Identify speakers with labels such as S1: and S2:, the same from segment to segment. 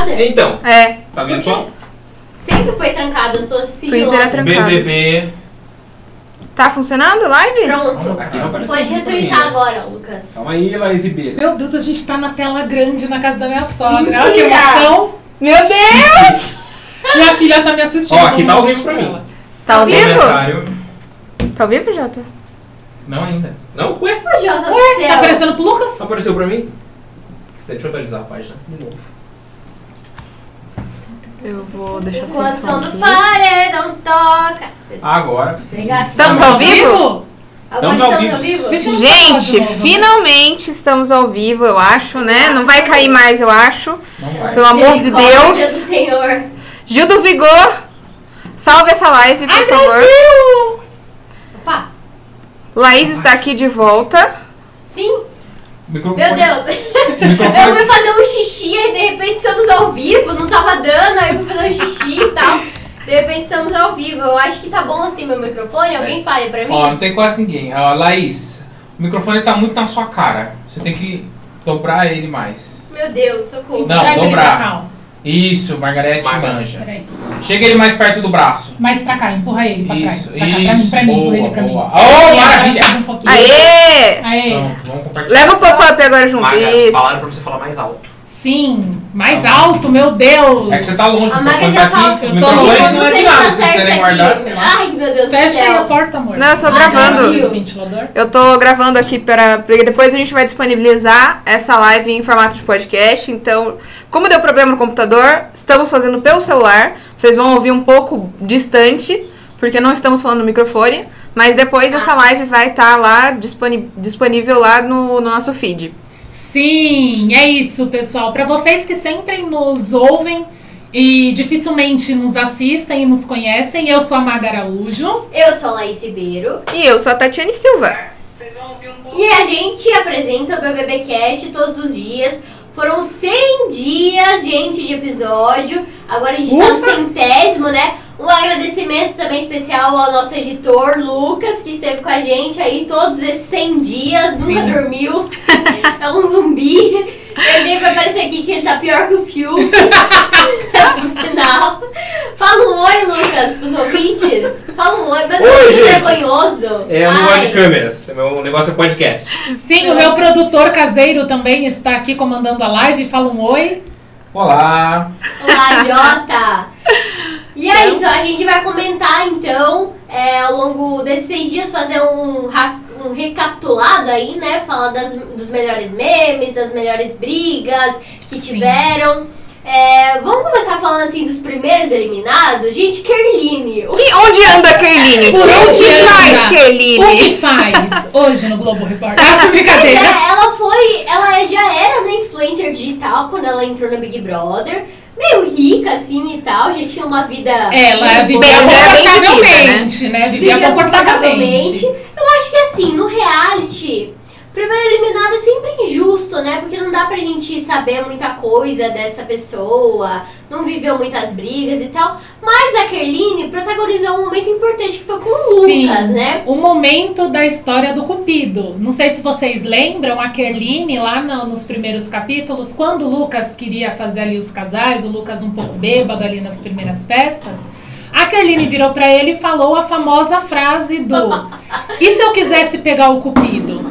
S1: Olha,
S2: Então,
S3: É,
S2: tá vendo só?
S1: sempre foi trancado, eu sou sigilosa.
S3: Twitter é trancado.
S2: BBB.
S3: Tá funcionando live?
S1: Pronto.
S2: Aqui não apareceu
S1: Pode
S2: muito pra
S1: retweetar
S2: mim, né?
S1: agora, Lucas.
S2: Calma aí, Laís Ribeiro.
S4: Meu Deus, a gente tá na tela grande na casa da minha sogra.
S1: Mentira!
S4: Olha que emoção.
S3: Meu Deus!
S4: Minha filha tá me assistindo.
S2: Ó, aqui tá ao
S4: Eu
S2: vivo pra
S4: amo
S2: mim.
S4: ela.
S3: Tá ao vivo?
S2: Comentário.
S3: Tá ao vivo, Jota?
S2: Não ainda. Não? Ué?
S1: Ô, Jota do
S4: Ué, tá
S1: céu.
S4: aparecendo pro Lucas?
S2: Apareceu pra mim? Deixa eu atualizar a página. De novo.
S3: Eu vou deixar sem som
S1: Coração do
S3: aqui.
S1: paredão toca. Cê-
S2: Agora.
S1: Obrigada.
S3: Estamos Tá
S4: Tá
S3: ao vivo?
S1: Agora
S2: Estamos ao
S1: estamos ao
S2: vivo.
S1: vivo?
S4: Gente, não fala de
S3: Gente,
S4: novo, né?
S3: finalmente estamos ao vivo, eu acho, né? Não vai cair mais, eu acho.
S2: Não vai.
S3: Pelo amor de
S1: Misericórdia
S3: Deus.
S1: é do Senhor.
S3: Gil do Vigor, salve essa live, por favor.
S1: Opa,
S3: Laís está aqui de volta.
S1: sim?
S2: Microfone.
S1: Meu Deus. Eu
S2: Microfone.
S1: fui fazer um xixi, aí de repente estamos ao vivo, não tava dando, aí eu fui fazer um xixi e tal. De repente estamos ao vivo. Eu acho que tá bom assim meu microfone,
S2: É.
S1: alguém fale pra
S5: Ó, não
S1: mim.
S5: tem quase ninguém. Ó, Laís, o microfone tá muito na sua cara. Você tem que dobrar ele mais.
S1: Meu Deus, socorro.
S5: Não,
S4: Traz ele pra
S5: dobrar.
S4: cá, ó.
S5: Isso, Margarete
S2: Marga-
S5: manja.
S4: Peraí.
S5: Chega ele mais perto do braço.
S4: Mais pra cá, empurra ele pra
S5: Isso,
S4: cá. Pra cá,
S5: isso,
S4: pra mim, pra mim, empurra
S5: boa,
S4: ele pra mim.
S5: boa. Ô,
S4: Ele
S5: maravilha! Então.
S4: aparece Um pouquinho.
S3: Aê!
S4: Aê!
S5: Pronto, vamos compartilhar.
S3: Leva o pop-up agora junto. Isso.
S2: falaram pra você falar mais alto.
S4: Sim, mais
S5: Tá bom.
S4: alto, meu Deus!
S5: É que você tá longe,
S1: A
S5: o
S1: Maga
S5: microfone tá
S1: já fala.
S5: aqui.
S4: eu
S5: O
S4: tô
S5: microfone
S4: longe,
S5: não
S1: sei
S5: é de
S1: se tá
S5: nada, se você
S1: certo
S5: quiserem
S1: aqui.
S5: guardar, sei lá.
S1: Ai, meu Deus do
S4: Fecha aí a
S1: céu.
S4: porta, amor.
S3: Não, eu tô
S4: Ah,
S3: gravando.
S4: Viu o ventilador?
S3: Eu tô gravando aqui para porque depois a gente vai disponibilizar essa live em formato de podcast. Então, como deu problema no computador, estamos fazendo pelo celular. Vocês vão ouvir um pouco distante, porque não estamos falando no microfone. Mas depois
S1: Ah.
S3: essa live vai estar lá disponi- disponível lá no, no nosso feed.
S4: Sim, é isso, pessoal. Para vocês que sempre nos ouvem e dificilmente nos assistem e nos conhecem, eu sou a Maga Araújo.
S1: Eu sou a Laís Ribeiro.
S3: E eu sou a Tatiane Silva.
S1: E a gente apresenta o BBB Cast todos os dias. Foram 100 dias, gente, de episódio. Agora a gente tá no
S4: Ufa!
S1: centésimo, né? Um agradecimento também especial ao nosso editor, Lucas, que esteve com a gente aí todos esses 100 dias. Nunca dormiu. é um zumbi. Ele nem vai aparecer aqui que ele tá pior que o Fiuk. No final. Fala um oi, Lucas, pros ouvintes. Fala um oi. Mas não
S2: Oi,
S1: é
S2: gente.
S1: vergonhoso.
S2: É, eu não
S1: Ai.
S2: gosto de câmeras. Meu negócio é podcast.
S4: Sim, o meu produtor caseiro também está aqui comandando a live. Fala um oi.
S5: Olá.
S1: Olá, Jota! E é isso, a gente vai comentar então, é, ao longo desses seis dias, fazer um, ra- um recapitulado aí, né? Falar das, dos melhores memes, das melhores brigas que
S4: Sim.
S1: tiveram. É, vamos começar falando assim dos primeiros eliminados? Gente, Kerline, o
S3: E onde anda a Kerline?
S4: Por onde
S3: que faz
S4: anda? O
S3: Kerline?
S4: que faz hoje no Globo Repórter?
S1: Mas
S4: Brincadeira.
S1: é, ela foi. Ela já era né, influencer digital quando ela entrou no Big Brother. Meio rica, assim e tal. Já tinha uma vida.
S4: Ela
S1: muito
S3: Bem,
S4: vivia
S3: era bem
S4: confortavelmente, né? Vivia,
S1: Vivia
S4: confortavelmente.
S1: Eu acho que assim, no reality, primeiro eliminado é sempre injusto, né? Porque não dá pra gente saber muita coisa dessa pessoa, não viveu muitas brigas e tal. Mas a Kerline protagonizou um momento importante que foi com o
S4: Sim.
S1: Lucas, né?
S4: O momento da história do Cupido. Não sei se vocês lembram, a Kerline, lá no- nos primeiros capítulos, quando o Lucas queria fazer ali os casais, o Lucas um pouco bêbado ali nas primeiras festas, a Kerline virou pra ele e falou a famosa frase do E se eu quisesse pegar o Cupido?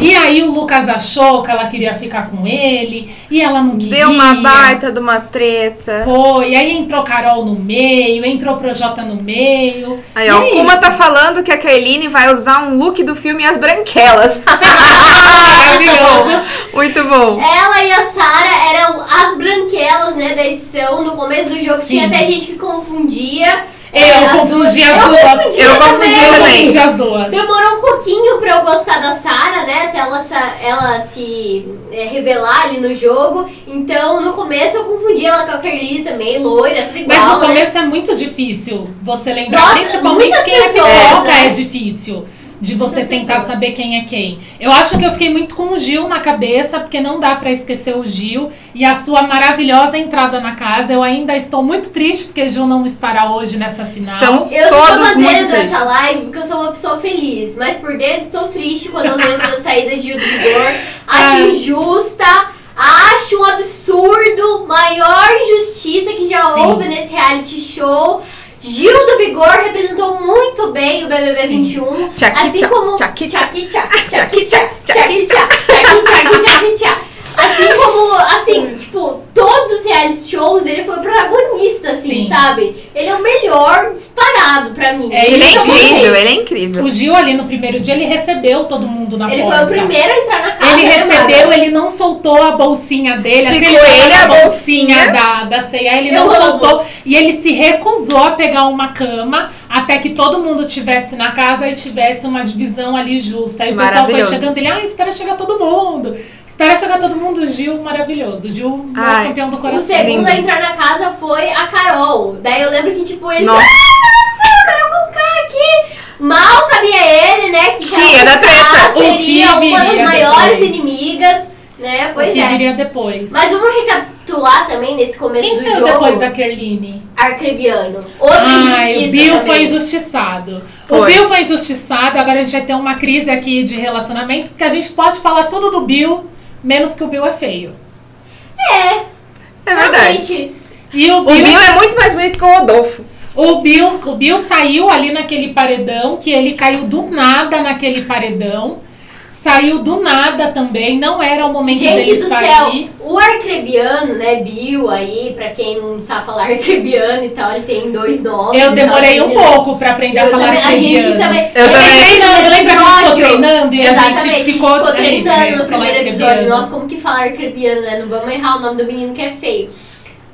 S4: E aí o Lucas achou que ela queria ficar com ele, e ela não queria.
S3: Deu uma baita de uma treta.
S4: Foi, aí entrou Carol no meio, entrou Projota no meio.
S3: Aí, ó,
S4: E é
S3: uma
S4: isso.
S3: tá falando que a Kerline vai usar um look do filme As Branquelas. Ah,
S4: Maravilhoso.
S3: Muito bom.
S1: Ela e a Sara eram as branquelas, né, da edição. No começo do jogo
S4: Sim.
S1: tinha até gente que confundia.
S4: É, Eu
S1: Elas
S4: confundi as
S1: Eu
S4: duas.
S1: confundi
S3: Eu
S1: também.
S3: confundi
S4: Eu
S3: também.
S4: confundi as duas.
S1: Demorou um pouquinho pra eu gostar da Sarah, né? Até ela, sa- ela se é, revelar ali no jogo. Então, no começo, eu confundi ela com a Kerline também, loira, tudo igual,
S4: Mas no
S1: né?
S4: começo é muito difícil você lembrar,
S1: Nossa, muitas
S4: principalmente quem é
S1: pessoas,
S4: pipoca
S1: né?
S4: é difícil. De você
S1: Muitas
S4: tentar
S1: pessoas.
S4: saber quem é quem. Eu acho que eu fiquei muito com o Gil na cabeça, porque não dá pra esquecer o Gil e a sua maravilhosa entrada na casa. Eu ainda estou muito triste porque Gil não estará hoje nessa final.
S3: Estamos
S1: Eu sou
S3: todos
S1: fazeira
S3: muito
S1: dessa
S3: tristes.
S1: live porque eu sou uma pessoa feliz,
S4: É.
S1: mas por dentro estou triste quando eu lembro da saída de Gil do Vigor. Acho
S4: Ai.
S1: injusta, Acho um absurdo, maior injustiça que já
S4: Sim.
S1: houve nesse reality show. Gil do Vigor representou muito bem o BBB
S4: Sim.
S1: 21.
S3: Tchaki,
S1: assim
S3: tchá,
S1: como.
S3: tchaki, tchá.
S1: tchaki, tchá,
S3: Tchaki,
S1: tchaki,
S3: tchá,
S1: tchá, tchaki,
S3: tchaki,
S1: tchá, tchaki, tchaki, tchá. Assim como,
S4: Hum.
S1: assim, tipo, todos os reality shows, ele foi o protagonista, assim,
S4: Sim.
S1: sabe? Ele é o melhor disparado pra mim. Então, assim,
S4: É,
S3: Ele é
S1: Isso eu gostei.
S3: incrível, ele é incrível.
S4: O Gil ali no primeiro dia, ele recebeu todo mundo na
S1: Ele
S4: porta.
S1: foi o primeiro a entrar na casa.
S4: é Ele
S1: né,
S4: recebeu,
S1: Mara?
S4: ele não soltou a bolsinha dele. assim,
S3: Ficou
S4: ele,
S3: ele,
S4: tava na
S3: a bolsinha.
S4: bolsinha da, da C&A, ele
S1: Eu
S4: não
S1: amo.
S4: soltou. E ele se recusou a pegar uma cama até que todo mundo tivesse na casa e tivesse uma divisão ali justa. Aí o pessoal foi
S3: Maravilhoso.
S4: chegando, ele, ah, espera chegar todo mundo. Espera chegar todo mundo, O Gil, maravilhoso. O Gil, o maior
S3: Ai,
S4: campeão do
S1: O
S4: coração.
S1: segundo é, a entrar na casa foi a Carol. Daí eu lembro que, tipo, ele.
S3: Nossa.
S1: Ah, Carol com K aqui! Mal sabia ele, né? Que,
S3: Que
S1: Carol
S3: ia dar
S1: com K
S3: treta.
S4: O que
S1: Seria uma das
S4: viria
S1: maiores
S4: depois.
S1: inimigas, né?
S4: o
S1: Pois
S4: que
S1: é.
S4: viria depois.
S1: Mas vamos recapitular também nesse começo
S4: Quem
S1: do
S4: saiu
S1: jogo.
S4: depois da Kerline?
S1: Arcrebiano. Outra
S4: Ai, o
S1: injustiça.
S4: Bill
S1: também.
S4: foi injustiçado. O
S3: Foi.
S4: Bill foi injustiçado, agora a gente vai ter uma crise aqui de relacionamento, que a gente pode falar tudo do Bill, menos que o Bill é feio.
S1: É,
S3: É verdade.
S1: realmente.
S4: E o
S3: O
S4: Bill,
S3: Bill é muito mais bonito que o Rodolfo.
S4: o Bill, o Bill saiu ali naquele paredão, que ele caiu do nada naquele paredão. Saiu do nada também, não era o momento
S1: Gente
S4: dele
S1: do céu,
S4: sair.
S1: o Arcrebiano, né, Bill aí, pra quem não sabe falar Arcrebiano e tal, ele tem dois nomes.
S4: Eu
S1: e tal,
S4: demorei um
S1: ele-
S4: pouco pra aprender a
S1: Eu
S4: falar
S1: também, a gente
S4: arcrebiano.
S1: também.
S3: Eu
S1: Ele
S3: também.
S1: fez no
S4: Treinando, lembra que a gente ficou
S1: episódio?
S4: treinando e a gente
S1: Exatamente, a gente
S4: ficou-
S1: ficou,
S4: Ai,
S1: treinando no
S4: falar
S1: primeiro episódio.
S4: arcrebiano.
S1: Nossa, como que fala arcrebiano, né? Não vamos errar o nome do menino que é feio.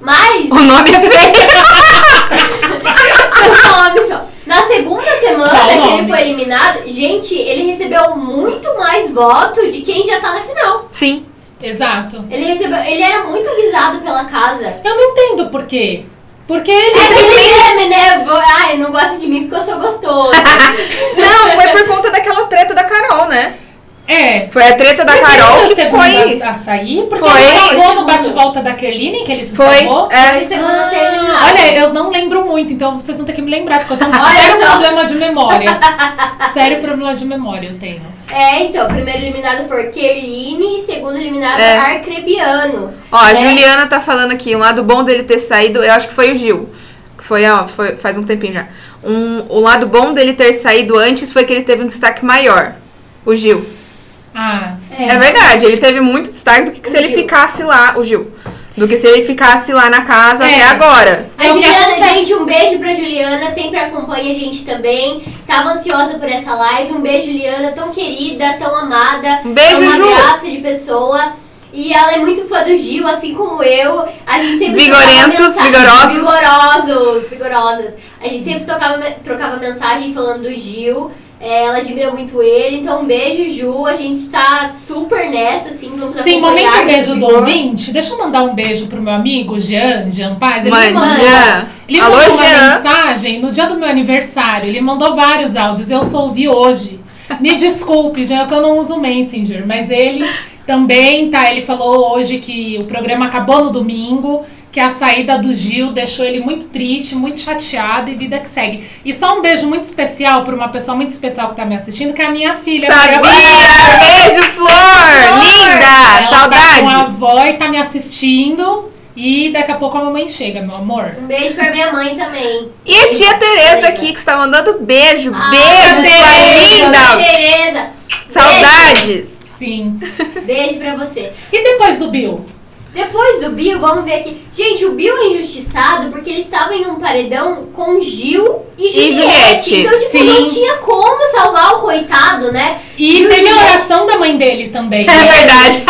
S1: Mas,
S3: O nome é feio.
S1: um nome só. Na segunda
S4: Só o
S1: semana que
S4: nome.
S1: ele foi eliminado, gente, ele recebeu muito mais voto de quem já tá na final.
S3: Sim.
S4: Exato.
S1: Ele recebeu. Ele era muito visado pela casa.
S4: Eu não entendo por quê. Porque ele
S1: É aquele meme, né? Vou- Ai, não gosta de mim porque eu sou gostoso.
S3: Não, foi por conta daquela treta da Carol, né?
S4: É.
S3: Foi a treta da
S4: Mas ele
S3: Carol
S4: foi o
S3: que
S4: segundo
S3: foi.
S4: A, a sair? Porque
S3: Foi.
S4: ele salvou no
S1: Segundo.
S4: bate-volta da Kerline, que ele se
S3: Foi.
S4: salvou?
S1: Foi o
S3: É.
S1: segundo a ser eliminado.
S4: Olha, eu não lembro muito, então vocês vão ter que me lembrar, porque eu tenho um
S1: Olha
S4: sério
S1: só.
S4: problema de memória. sério problema de memória eu tenho.
S1: É, então, primeiro eliminado foi Kerline, segundo eliminado
S3: É.
S1: Arcrebiano.
S3: Ó, a
S1: É.
S3: Juliana tá falando aqui, um lado bom dele ter saído, eu acho que foi o Gil. que Foi, ó, foi faz um tempinho já. Um, o lado bom dele ter saído antes foi que ele teve um destaque maior. O Gil.
S4: Ah, sim.
S3: É verdade, ele teve muito destaque do que, que
S1: O
S3: se ele
S1: Gil.
S3: ficasse lá, o Gil. Do que se ele ficasse lá na casa
S4: É.
S3: até agora.
S1: A
S4: É o que
S1: Juliana,
S4: acontece.
S1: gente, um beijo pra Juliana, sempre acompanha a gente também. Tava ansiosa por essa live. Um beijo, Juliana, tão querida, tão amada.
S3: Um beijo,
S1: é uma
S3: Ju.
S1: graça de pessoa. E ela é muito fã do Gil, assim como eu. A gente sempre
S3: Vigorentos,
S1: trocava
S3: vigorosos.
S1: mensagem- Vigorosos, vigorosas. A gente sempre tocava, trocava mensagem falando do Gil. É, ela admira muito ele. Então, um beijo, Ju. A gente tá super nessa, assim. Vamos
S4: Sim,
S1: acompanhar
S4: momento
S1: Gil
S4: beijo do
S3: Uhum.
S1: Vigor.
S4: ouvinte. Deixa eu mandar um beijo pro meu amigo Jean, Jean Paz. Ele me
S3: Mãe,
S4: mandou.
S3: Jean.
S4: Ele
S3: Alô,
S4: mandou uma
S3: Jean.
S4: mensagem no dia do meu aniversário. Ele mandou vários áudios. Eu só ouvi hoje. Me desculpe, Jean, é que eu não uso Messenger, mas ele também tá. Ele falou hoje que o programa acabou no domingo, que a saída do Gil deixou ele muito triste, muito chateado e vida que segue. E só um beijo muito especial pra uma pessoa muito especial que tá me assistindo, que é a minha filha.
S3: Sabia!
S4: Maria
S3: Beijo, Flor! Linda!
S4: ela tá com a
S3: Ah, Saudades!
S4: avó e tá me assistindo. E daqui a pouco a mamãe chega, meu amor.
S1: Um beijo pra minha mãe também.
S3: E a tia Tereza aqui que está mandando beijo.
S1: Ah,
S3: beijo, sua
S4: Tereza,
S3: linda!
S1: Tereza,
S3: Saudades!
S4: Sim.
S1: beijo pra você.
S4: E depois do Bill?
S1: Depois do Bill, vamos ver aqui. Gente, o Bill é injustiçado porque ele estava em um paredão com Gil e Juliette.
S3: E Juliette,
S1: Então, tipo,
S4: sim.
S1: não tinha como salvar o coitado, né?
S4: E
S1: Juliette.
S4: teve a oração da mãe dele também.
S3: É verdade.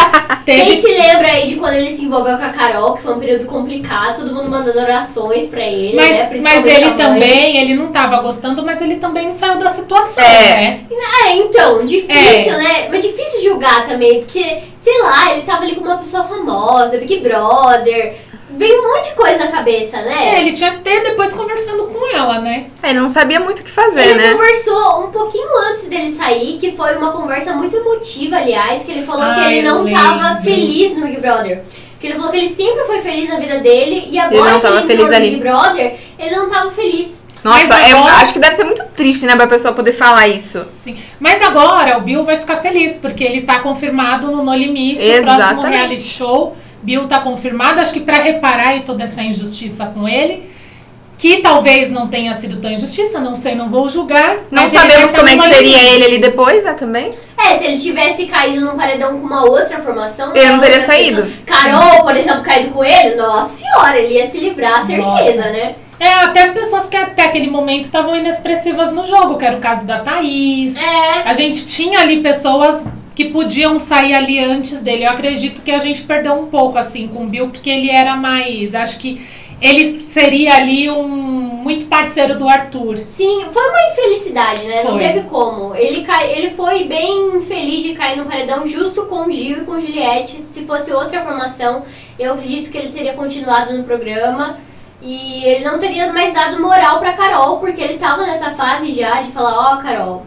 S1: Quem
S4: Teve.
S1: se lembra aí de quando ele se envolveu com a Carol, que foi um período complicado, todo mundo mandando orações pra
S3: é
S1: ele, né?
S4: Mas, mas
S1: Principalmente a
S4: ele
S1: mãe.
S4: também, ele não tava gostando, mas ele também não saiu da situação,
S3: É.
S4: né?
S1: É, então, difícil,
S4: É.
S1: né? Mas difícil julgar também, porque, sei lá, ele tava ali com uma pessoa famosa, Big Brother. Vem um monte de coisa na cabeça, né?
S4: É, ele tinha que ter depois conversando com ela, né?
S3: Ele É, não sabia muito o que fazer,
S1: ele
S3: né?
S1: conversou um pouquinho antes dele sair, que foi uma conversa muito emotiva, aliás, que ele falou
S4: Ah,
S1: que ele
S4: eu
S1: não
S4: lembro.
S1: tava feliz no Big Brother. Que ele falou que ele sempre foi feliz na vida dele e agora
S3: não
S1: que
S3: tava
S1: ele entrou
S3: feliz
S1: no
S3: ali.
S1: Big Brother, ele não tava feliz.
S3: Nossa,
S4: Mas
S3: é-
S4: agora-
S3: acho que deve ser muito triste, né, pra pessoa poder falar isso.
S4: Sim. Mas agora o Bill vai ficar feliz, porque ele tá confirmado no No Limite, o próximo
S3: Exatamente.
S4: reality show. Bill tá confirmado, acho que pra reparar aí toda essa injustiça com ele, que talvez não tenha sido tão injustiça, não sei, não vou julgar.
S3: Não
S4: mas ele vai
S3: sabemos
S4: estar
S3: como é
S4: no
S3: que
S4: No
S3: seria
S4: Limite.
S3: ele ali depois, né, também.
S1: É, se ele tivesse caído num paredão com uma outra formação.
S3: Eu não teria
S1: outra
S3: saído.
S1: pessoa- Carol, por exemplo, caído com ele, nossa senhora, ele ia se livrar, certeza, né?
S4: É, até pessoas que até aquele momento estavam inexpressivas no jogo, que era o caso da Thaís.
S1: É.
S4: A gente tinha ali pessoas que podiam sair ali antes dele. Eu acredito que a gente perdeu um pouco, assim, com o Bill, porque ele era mais. Acho que ele seria ali um muito parceiro do Arthur.
S1: Sim, foi uma infelicidade, né? Não
S4: Foi.
S1: teve como. Ele, cai, ele foi bem infeliz de cair no paredão justo com o Gil e com Juliette. Se fosse outra formação, eu acredito que ele teria continuado no programa. E ele não teria mais dado moral pra Carol, porque ele tava nessa fase já de falar, ó, Carol,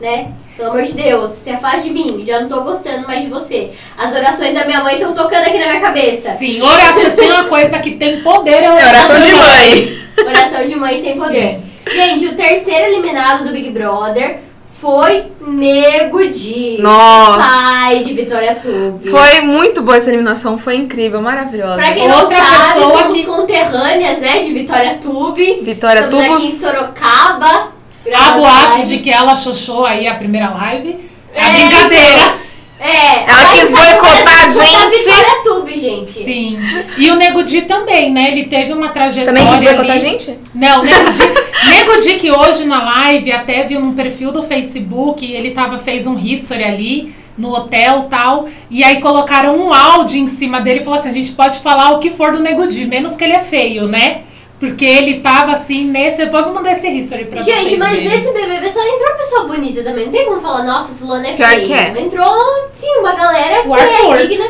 S1: né? Pelo amor de Deus, se afasta de mim, já não tô gostando mais de você. As orações da minha mãe estão tocando aqui na minha cabeça.
S4: Sim, orações tem uma coisa que tem poder, é
S3: É oração de mãe.
S1: Oração de mãe tem poder.
S4: Sim.
S1: Gente, o terceiro eliminado do Big Brother foi Nego Di. Pai
S3: Nossa.
S1: de Vitória Tube.
S3: Foi muito boa essa eliminação, foi incrível, maravilhosa.
S1: Pra quem
S4: Outra
S1: não sabe,
S4: pessoa
S1: somos
S4: que-
S1: conterrâneas, né, de Vitória Tube.
S3: Vitória
S1: Estamos aqui em
S3: Tubos.
S1: Sorocaba.
S4: Há
S1: gravando
S4: boatos
S1: live.
S4: de que ela xoxou aí a primeira live. É,
S1: É,
S4: brincadeira.
S1: É.
S3: Ela quis
S1: tá em
S3: boicotar a
S1: Vitória- boicotar
S3: gente.
S1: Vitória Tube, gente.
S4: Sim. E o Nego Di também, né? Ele teve uma trajetória.
S3: Também quis
S1: é
S3: boicotar a
S4: ali.
S3: gente?
S4: Não, Nego Di, Nego Di que hoje na live até viu num perfil do Facebook, ele tava, fez um history ali no hotel tal, e aí colocaram um áudio em cima dele e falou assim, a gente pode falar o que for do Nego Di, menos que ele é feio, né? Porque ele tava assim nesse... Depois eu vou mandar esse history pra vocês
S1: Gente, mas
S4: verem.
S1: nesse BBB só entrou pessoa bonita também. Não tem como falar, nossa, fulano é
S3: Pior
S1: feio.
S3: que é.
S1: Entrou, sim, uma galera
S4: O
S1: que
S4: Arthur.
S1: é digna.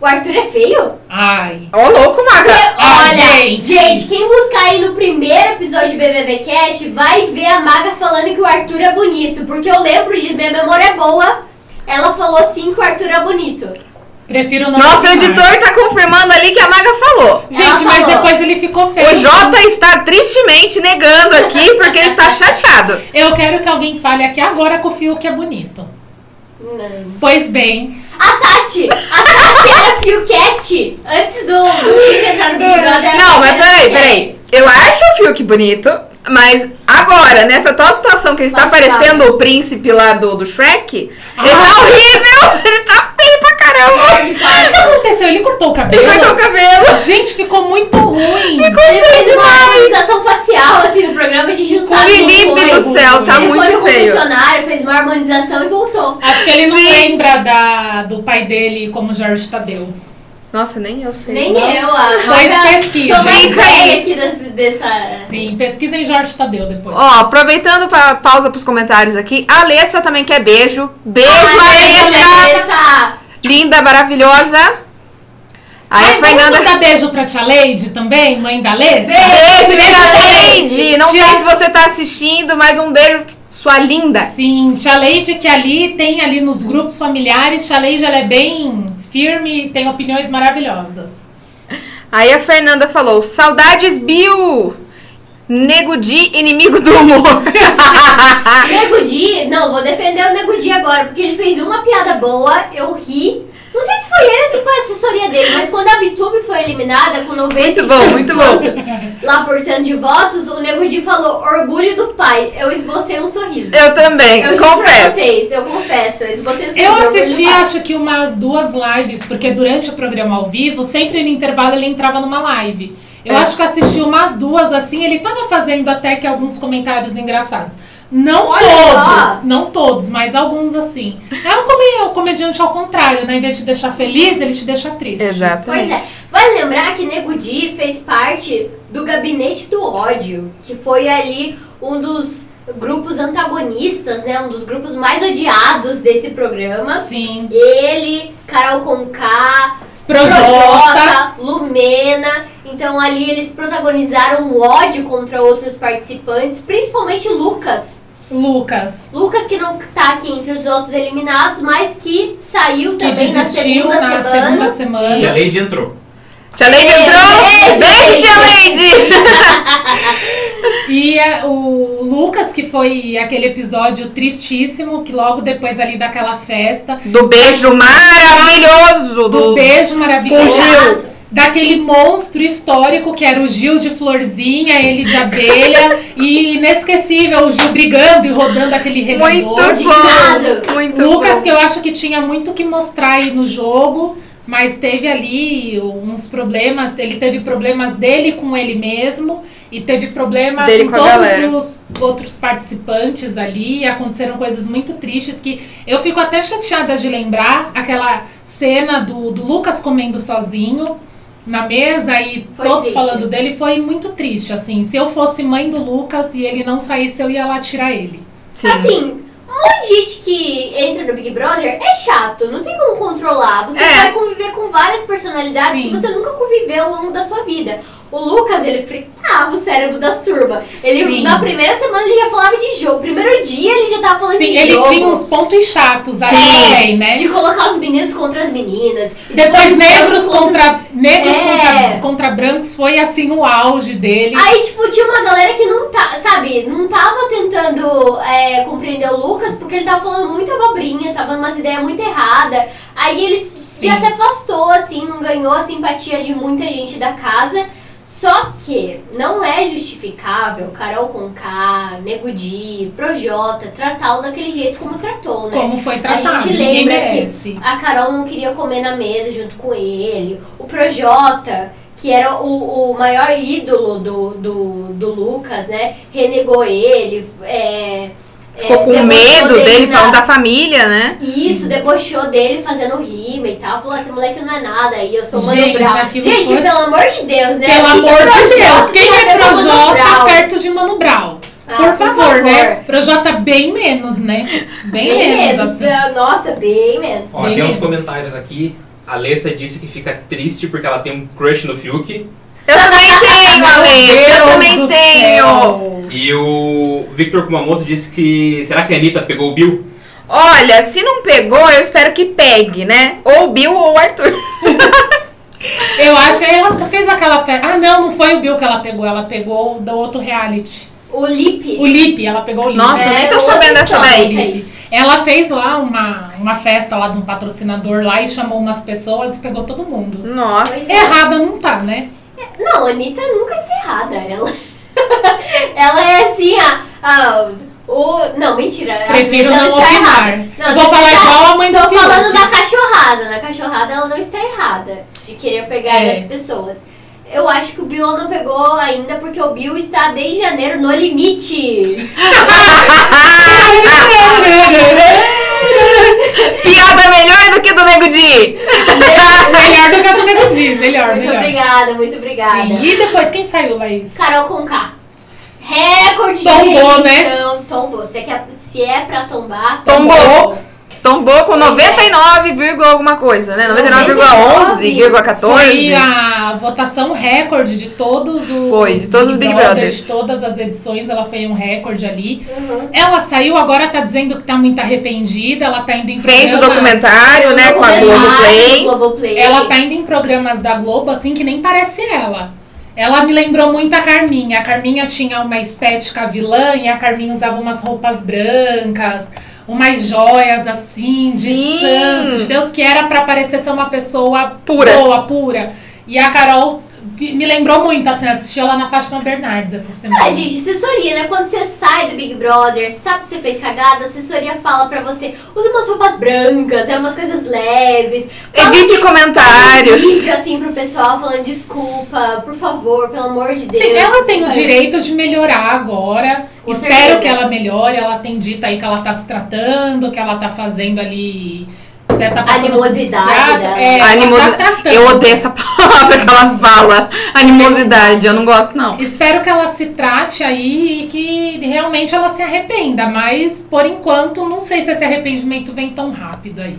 S1: O Arthur é feio?
S4: Ai...
S3: Ô, louco, Magra.
S4: Ah,
S1: Olha, gente.
S4: gente.
S1: quem buscar aí no primeiro episódio de BBB Cast vai ver a Maga falando que o Arthur é bonito, porque eu lembro de minha memória é boa. Ela falou sim que o Arthur é bonito.
S4: Prefiro não...
S3: Nossa, o
S4: opinar.
S3: editor tá confirmando ali que a Maga falou.
S1: Ela
S4: Gente, mas
S1: falou.
S4: depois ele ficou feio.
S3: O Jota está tristemente negando aqui porque ele está chateado.
S4: Eu quero que alguém fale aqui agora que o Fiuk é bonito.
S1: Não.
S4: Pois bem,
S1: A Tati! A Tati era Fiuquete antes do Fiuk entrar no Big Brother. a Tati
S3: Não, mas
S1: era
S3: peraí,
S1: Fiuquete.
S3: peraí. Eu acho o Fiuk bonito, mas agora, nessa tal situação que ele está
S1: Mas tá.
S3: parecendo o príncipe lá do, do Shrek, ele
S4: Ah.
S3: tá horrível! Ele tá feio pra caramba!
S4: o que aconteceu? Ele cortou o cabelo?
S1: é
S3: Ele cortou o cabelo!
S4: Gente, ficou muito ruim.
S1: Ele fez uma harmonização facial assim no programa, a gente não sabe como é né?
S3: Felipe
S1: foi.
S3: do céu, tá
S1: Ele
S3: muito
S1: foi no
S3: feio.
S1: confessionário, fez uma harmonização e voltou.
S4: Acho que ele não
S3: Sim.
S4: lembra da, do pai dele como Jorge Tadeu.
S3: Nossa, nem eu sei.
S1: Nem
S4: Não.
S1: eu, a
S4: Mas
S1: Maga-
S4: pesquisa.
S1: Sou mais
S3: Fica
S1: velha
S3: aí.
S1: aqui desse- dessa...
S4: Sim, pesquisem Jorge Tadeu depois.
S3: Ó, aproveitando pra pausa pros comentários aqui, a Alessa também quer beijo. Beijo, Alessa! tá?
S1: Essa!
S3: Linda, maravilhosa. Aí
S4: Ai,
S3: a
S4: vamos
S3: Fernanda.
S4: mandar beijo pra Tia Leide também, mãe da Alessa?
S1: Beijo,
S3: Beijo,
S4: Tia
S3: Tia Lady! Não
S4: Tia-
S3: sei se você tá assistindo, mas um beijo, sua linda.
S4: Sim, Tia Leide que ali tem ali nos grupos familiares, Tia Leide ela é bem firme e tem opiniões maravilhosas.
S3: Aí a Fernanda falou: saudades, Bill! Nego de inimigo do humor.
S1: Nego Di, não, vou defender o Nego Di agora, porque ele fez uma piada boa, eu ri. Não sei se foi ele ou se foi a assessoria dele, mas quando a VTube foi eliminada com 90
S3: muito bom, muito bom.
S1: lá por cento de votos, o Nego Di falou orgulho do pai. Eu esbocei um sorriso.
S3: Eu também,
S1: Eu juro pra
S3: confesso.
S1: vocês, eu confesso. Eu esbocei um sorriso.
S4: Eu
S1: orgulho do
S4: assisti,
S1: pai.
S4: acho que umas duas lives, porque durante o programa ao vivo, sempre no intervalo ele entrava numa live. Eu
S3: É.
S4: acho que assisti umas duas assim, ele tava fazendo até que alguns comentários engraçados. Não
S1: Olha
S4: todos,
S1: só!
S4: não todos, mas alguns assim. É um, comi- um comediante ao contrário, né? Em vez de te deixar feliz, ele te deixa triste.
S1: Pois
S3: Exatamente.
S1: é. Vale lembrar que Nego Di fez parte do Gabinete do Ódio, que foi ali um dos grupos antagonistas, né? Um dos grupos mais odiados desse programa.
S4: Sim.
S1: Ele, Carol Conká,
S4: Projota.
S1: Projota, Lumena. Então ali eles protagonizaram o ódio contra outros participantes, principalmente Lucas.
S4: Lucas.
S1: Lucas que não tá aqui entre os outros eliminados, mas que saiu
S4: Que
S1: também na
S4: desistiu
S1: segunda
S4: na
S1: semana.
S4: segunda semana.
S2: E a Lady entrou.
S3: Tia Lady
S1: Beijo,
S3: entrou?
S1: beijo,
S3: Beijo, Tia Lady!
S4: E é, o Lucas, que foi aquele episódio tristíssimo, que logo depois ali daquela festa,
S3: Do beijo maravilhoso
S4: do,
S3: do,
S4: beijo maravilhoso.
S3: Com o Gil.
S4: Daquele monstro histórico que era o Gil de florzinha, ele de abelha. e inesquecível, o Gil brigando e rodando aquele
S3: Muito
S4: regador.
S3: bom.
S1: indignado.
S3: Muito
S4: Lucas,
S3: bom.
S4: que eu acho que tinha muito que mostrar aí no jogo, mas teve ali uns problemas. Ele teve problemas dele com ele mesmo e teve problema
S3: Dele
S4: com,
S3: com a
S4: todos
S3: galera.
S4: os outros participantes ali. E aconteceram coisas muito tristes que eu fico até chateada de lembrar aquela cena do, do Lucas comendo sozinho. Na mesa e
S1: Foi
S4: todos
S1: triste.
S4: falando dele foi muito triste, assim. Se eu fosse mãe do Lucas e ele não saísse, eu ia lá tirar ele.
S3: Sim.
S1: Assim, um monte de gente que entra no Big Brother é chato, não tem como controlar. Você
S3: É.
S1: vai conviver com várias personalidades
S4: Sim.
S1: que você nunca conviveu ao longo da sua vida. O Lucas, ele fritava o cérebro das turbas. Ele,
S4: Sim.
S1: na primeira semana, ele já falava de jogo. Primeiro dia, ele já tava falando
S4: Sim,
S1: de
S4: ele
S1: jogo.
S4: tinha um uns pontos chatos ali
S3: Sim.
S4: também, né?
S1: De colocar os meninos contra as meninas. E
S4: Depois
S1: os
S4: negros
S1: brancos
S4: contra negros
S1: É.
S4: contra, contra brancos foi assim o auge dele.
S1: Aí, tipo, tinha uma galera que não tá, sabe, não tava tentando é, compreender o Lucas porque ele tava falando muita abobrinha, tava umas ideias muito erradas. Aí ele se- já se afastou, assim, não ganhou a simpatia de muita gente da casa. Só que não é justificável Carol Conká, Nego Di, Projota tratá-lo daquele jeito como tratou, né?
S4: Como foi tratado,
S1: A gente
S4: É, ninguém
S1: lembra que-
S4: merece.
S1: A Carol não queria comer na mesa junto com ele. O Projota, que era o, o maior ídolo do, do, do Lucas, né? Renegou ele. é, é,
S3: Ficou com
S1: debochou
S3: medo dele
S1: na-
S3: falando da família, né?
S1: Isso, debochou dele fazendo rima e tal. Falou, esse moleque não é nada aí, eu sou o Mano
S4: Gente,
S1: Brown.
S4: aquilo
S1: Gente,
S4: foi-
S1: pelo amor de Deus, né?
S4: Pelo
S1: O que que
S4: amor
S1: é
S4: de
S1: Projota
S4: Deus, quem é
S1: tem a ver com o Mano
S4: Projota
S1: Brown?
S4: perto de Mano Brown?
S1: Ah,
S4: por, favor, né? Projota bem menos, né? Bem,
S1: Bem
S4: menos,
S1: menos,
S4: assim.
S1: nossa, bem menos.
S2: Ó,
S4: Bem
S2: tem uns
S4: menos.
S2: comentários aqui. A Alessa disse que fica triste porque ela tem um crush no Fiuk.
S3: Eu também tenho, Alê. Eu também tenho.
S2: E o Victor Kumamoto disse que. Será que a Anitta pegou o Bill?
S3: Olha, se não pegou, eu espero que pegue, né? Ou o Bill ou o Arthur.
S4: Eu acho, ela fez aquela festa. Ah, não, não foi o Bill que ela pegou, ela pegou do outro reality.
S1: O Lipe.
S4: O Lipe, ela pegou o Lipe.
S3: Nossa,
S1: É,
S3: nem tô
S1: eu
S3: sabendo
S1: ouvi
S3: dessa
S1: falar
S3: daí.
S1: disso aí.
S4: É, Ela fez lá uma, uma festa lá de um patrocinador lá e chamou umas pessoas e pegou todo mundo.
S3: Nossa.
S4: Errada não tá, né?
S1: Não, a Anitta nunca está errada. Ela, ela é assim, a. a- o, não, mentira. às
S4: Prefiro
S1: vezes
S4: não
S1: ela está
S4: opinar.
S1: Tá errada.
S4: Eu
S1: Não,
S4: Vou
S1: tô-
S4: falar igual a mãe do
S1: Tô
S4: Fiuk.
S1: falando da cachorrada. Na cachorrada ela não está errada de querer pegar
S4: É.
S1: as pessoas. Eu acho que o Bill não pegou ainda porque o Bill está desde janeiro no limite.
S3: É Piada melhor do que do Nego Di.
S4: melhor do que a do Nego Di, Tá melhor,
S1: muito
S4: melhor.
S1: obrigada, muito obrigada.
S4: Sim. E depois, quem saiu, Laís?
S1: Carol Conká. Recorde
S4: Tombou,
S1: de
S4: né?
S1: rejeição. Tombou. Se é, que- se é pra tombar,
S3: Tombou. Tombou com 99, vírgula alguma coisa, né? 99,11, vírgula 14.
S4: Foi a votação recorde de todos os
S3: Foi, de todos os Big Brothers.
S4: de todas as edições, ela foi um recorde ali.
S1: Uhum.
S4: Ela saiu, agora tá dizendo que tá muito arrependida, ela tá indo em
S3: Fez o
S4: programas-
S3: documentário, né, com a
S1: Cenário,
S3: Globoplay.
S1: Globoplay.
S4: Ela tá indo em programas da Globo, assim, que nem parece ela. Ela me lembrou muito a Carminha. A Carminha tinha uma estética vilã e a Carminha usava umas roupas brancas, umas joias assim,
S3: Sim.
S4: de santo, de Deus, que era pra parecer ser uma pessoa
S3: Pura.
S4: boa, pura. E a Carol vi- me lembrou muito, assim, assisti ela na Fátima Bernardes essa semana.
S1: Ah, gente, assessoria, né? Quando você sai do Big Brother, sabe que você fez cagada, a assessoria fala pra você, usa umas roupas brancas, é umas coisas leves. Fala
S3: Evite
S1: que-
S3: comentários.
S1: Um vídeo, assim, pro pessoal falando desculpa, por favor, pelo amor de Deus.
S4: Sim, ela tem o
S1: Sabe?
S4: direito de melhorar agora.
S1: Com
S4: Espero
S1: certeza.
S4: que ela melhore. Ela tem dito aí que ela tá se tratando, que ela tá fazendo ali. Até tá passando
S1: Animosidade
S4: psiquiatra.
S1: dela.
S4: É, ela
S3: Animo-
S4: tá tratando.
S3: Eu odeio essa palavra que ela fala. Animosidade, eu não gosto, não.
S4: Espero que ela se trate aí e que realmente ela se arrependa. Mas, por enquanto, não sei se esse arrependimento vem tão rápido aí.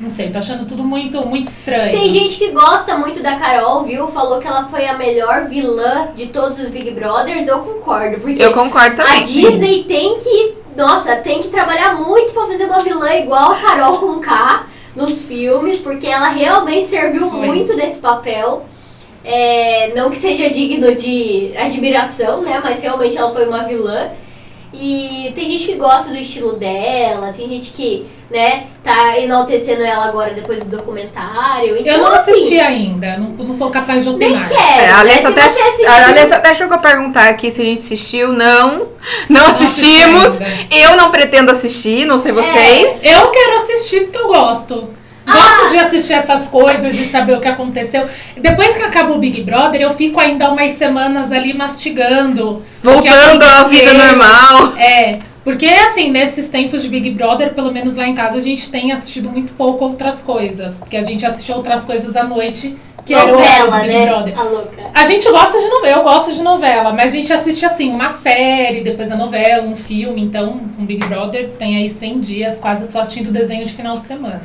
S4: Não sei, tô achando tudo muito, muito estranho.
S1: Tem gente que gosta muito da Carol, viu? Falou que ela foi a melhor vilã de todos os Big Brothers. Eu concordo, porque
S3: Eu concordo
S1: A
S3: também.
S1: Disney tem que, nossa, tem que trabalhar muito pra fazer uma vilã igual a Carol com K nos filmes, porque ela realmente serviu
S4: Foi.
S1: muito nesse papel. É, não que seja digno de admiração, né? Mas realmente ela foi uma vilã. E tem gente que gosta do estilo dela, tem gente que, né, tá enaltecendo ela agora depois do documentário. Então,
S4: Eu não
S1: assim,
S4: assisti ainda, não, não sou capaz de
S1: Nem
S4: opinar.
S1: quero.
S3: É, a,
S1: né?
S3: Alessa
S1: Se
S3: até,
S1: você
S3: assis-
S1: assistiu-
S3: a Alessa até achou que eu ia perguntar aqui se a gente assistiu. Não, não
S4: assisti
S3: assistimos.
S4: ainda.
S3: Eu não pretendo assistir, não sei vocês.
S4: Eu quero assistir porque eu gosto. Gosto de assistir essas coisas, de saber o que aconteceu. Depois que acabou o Big Brother, eu fico ainda umas semanas ali mastigando. o que
S3: Voltando à vida
S4: aconteceu.
S3: normal.
S4: É, porque assim, nesses tempos de Big Brother, pelo menos lá em casa, a gente tem assistido muito pouco outras coisas. Porque a gente assistiu outras coisas à noite, que era o
S1: novela,
S4: outro Big
S1: né?
S4: Brother.
S1: A louca.
S4: A gente gosta de novela, eu gosto de novela, mas a gente assiste assim, uma série, depois a novela, um filme, então, um Big Brother tem aí 100 dias quase só assistindo desenho de final de semana.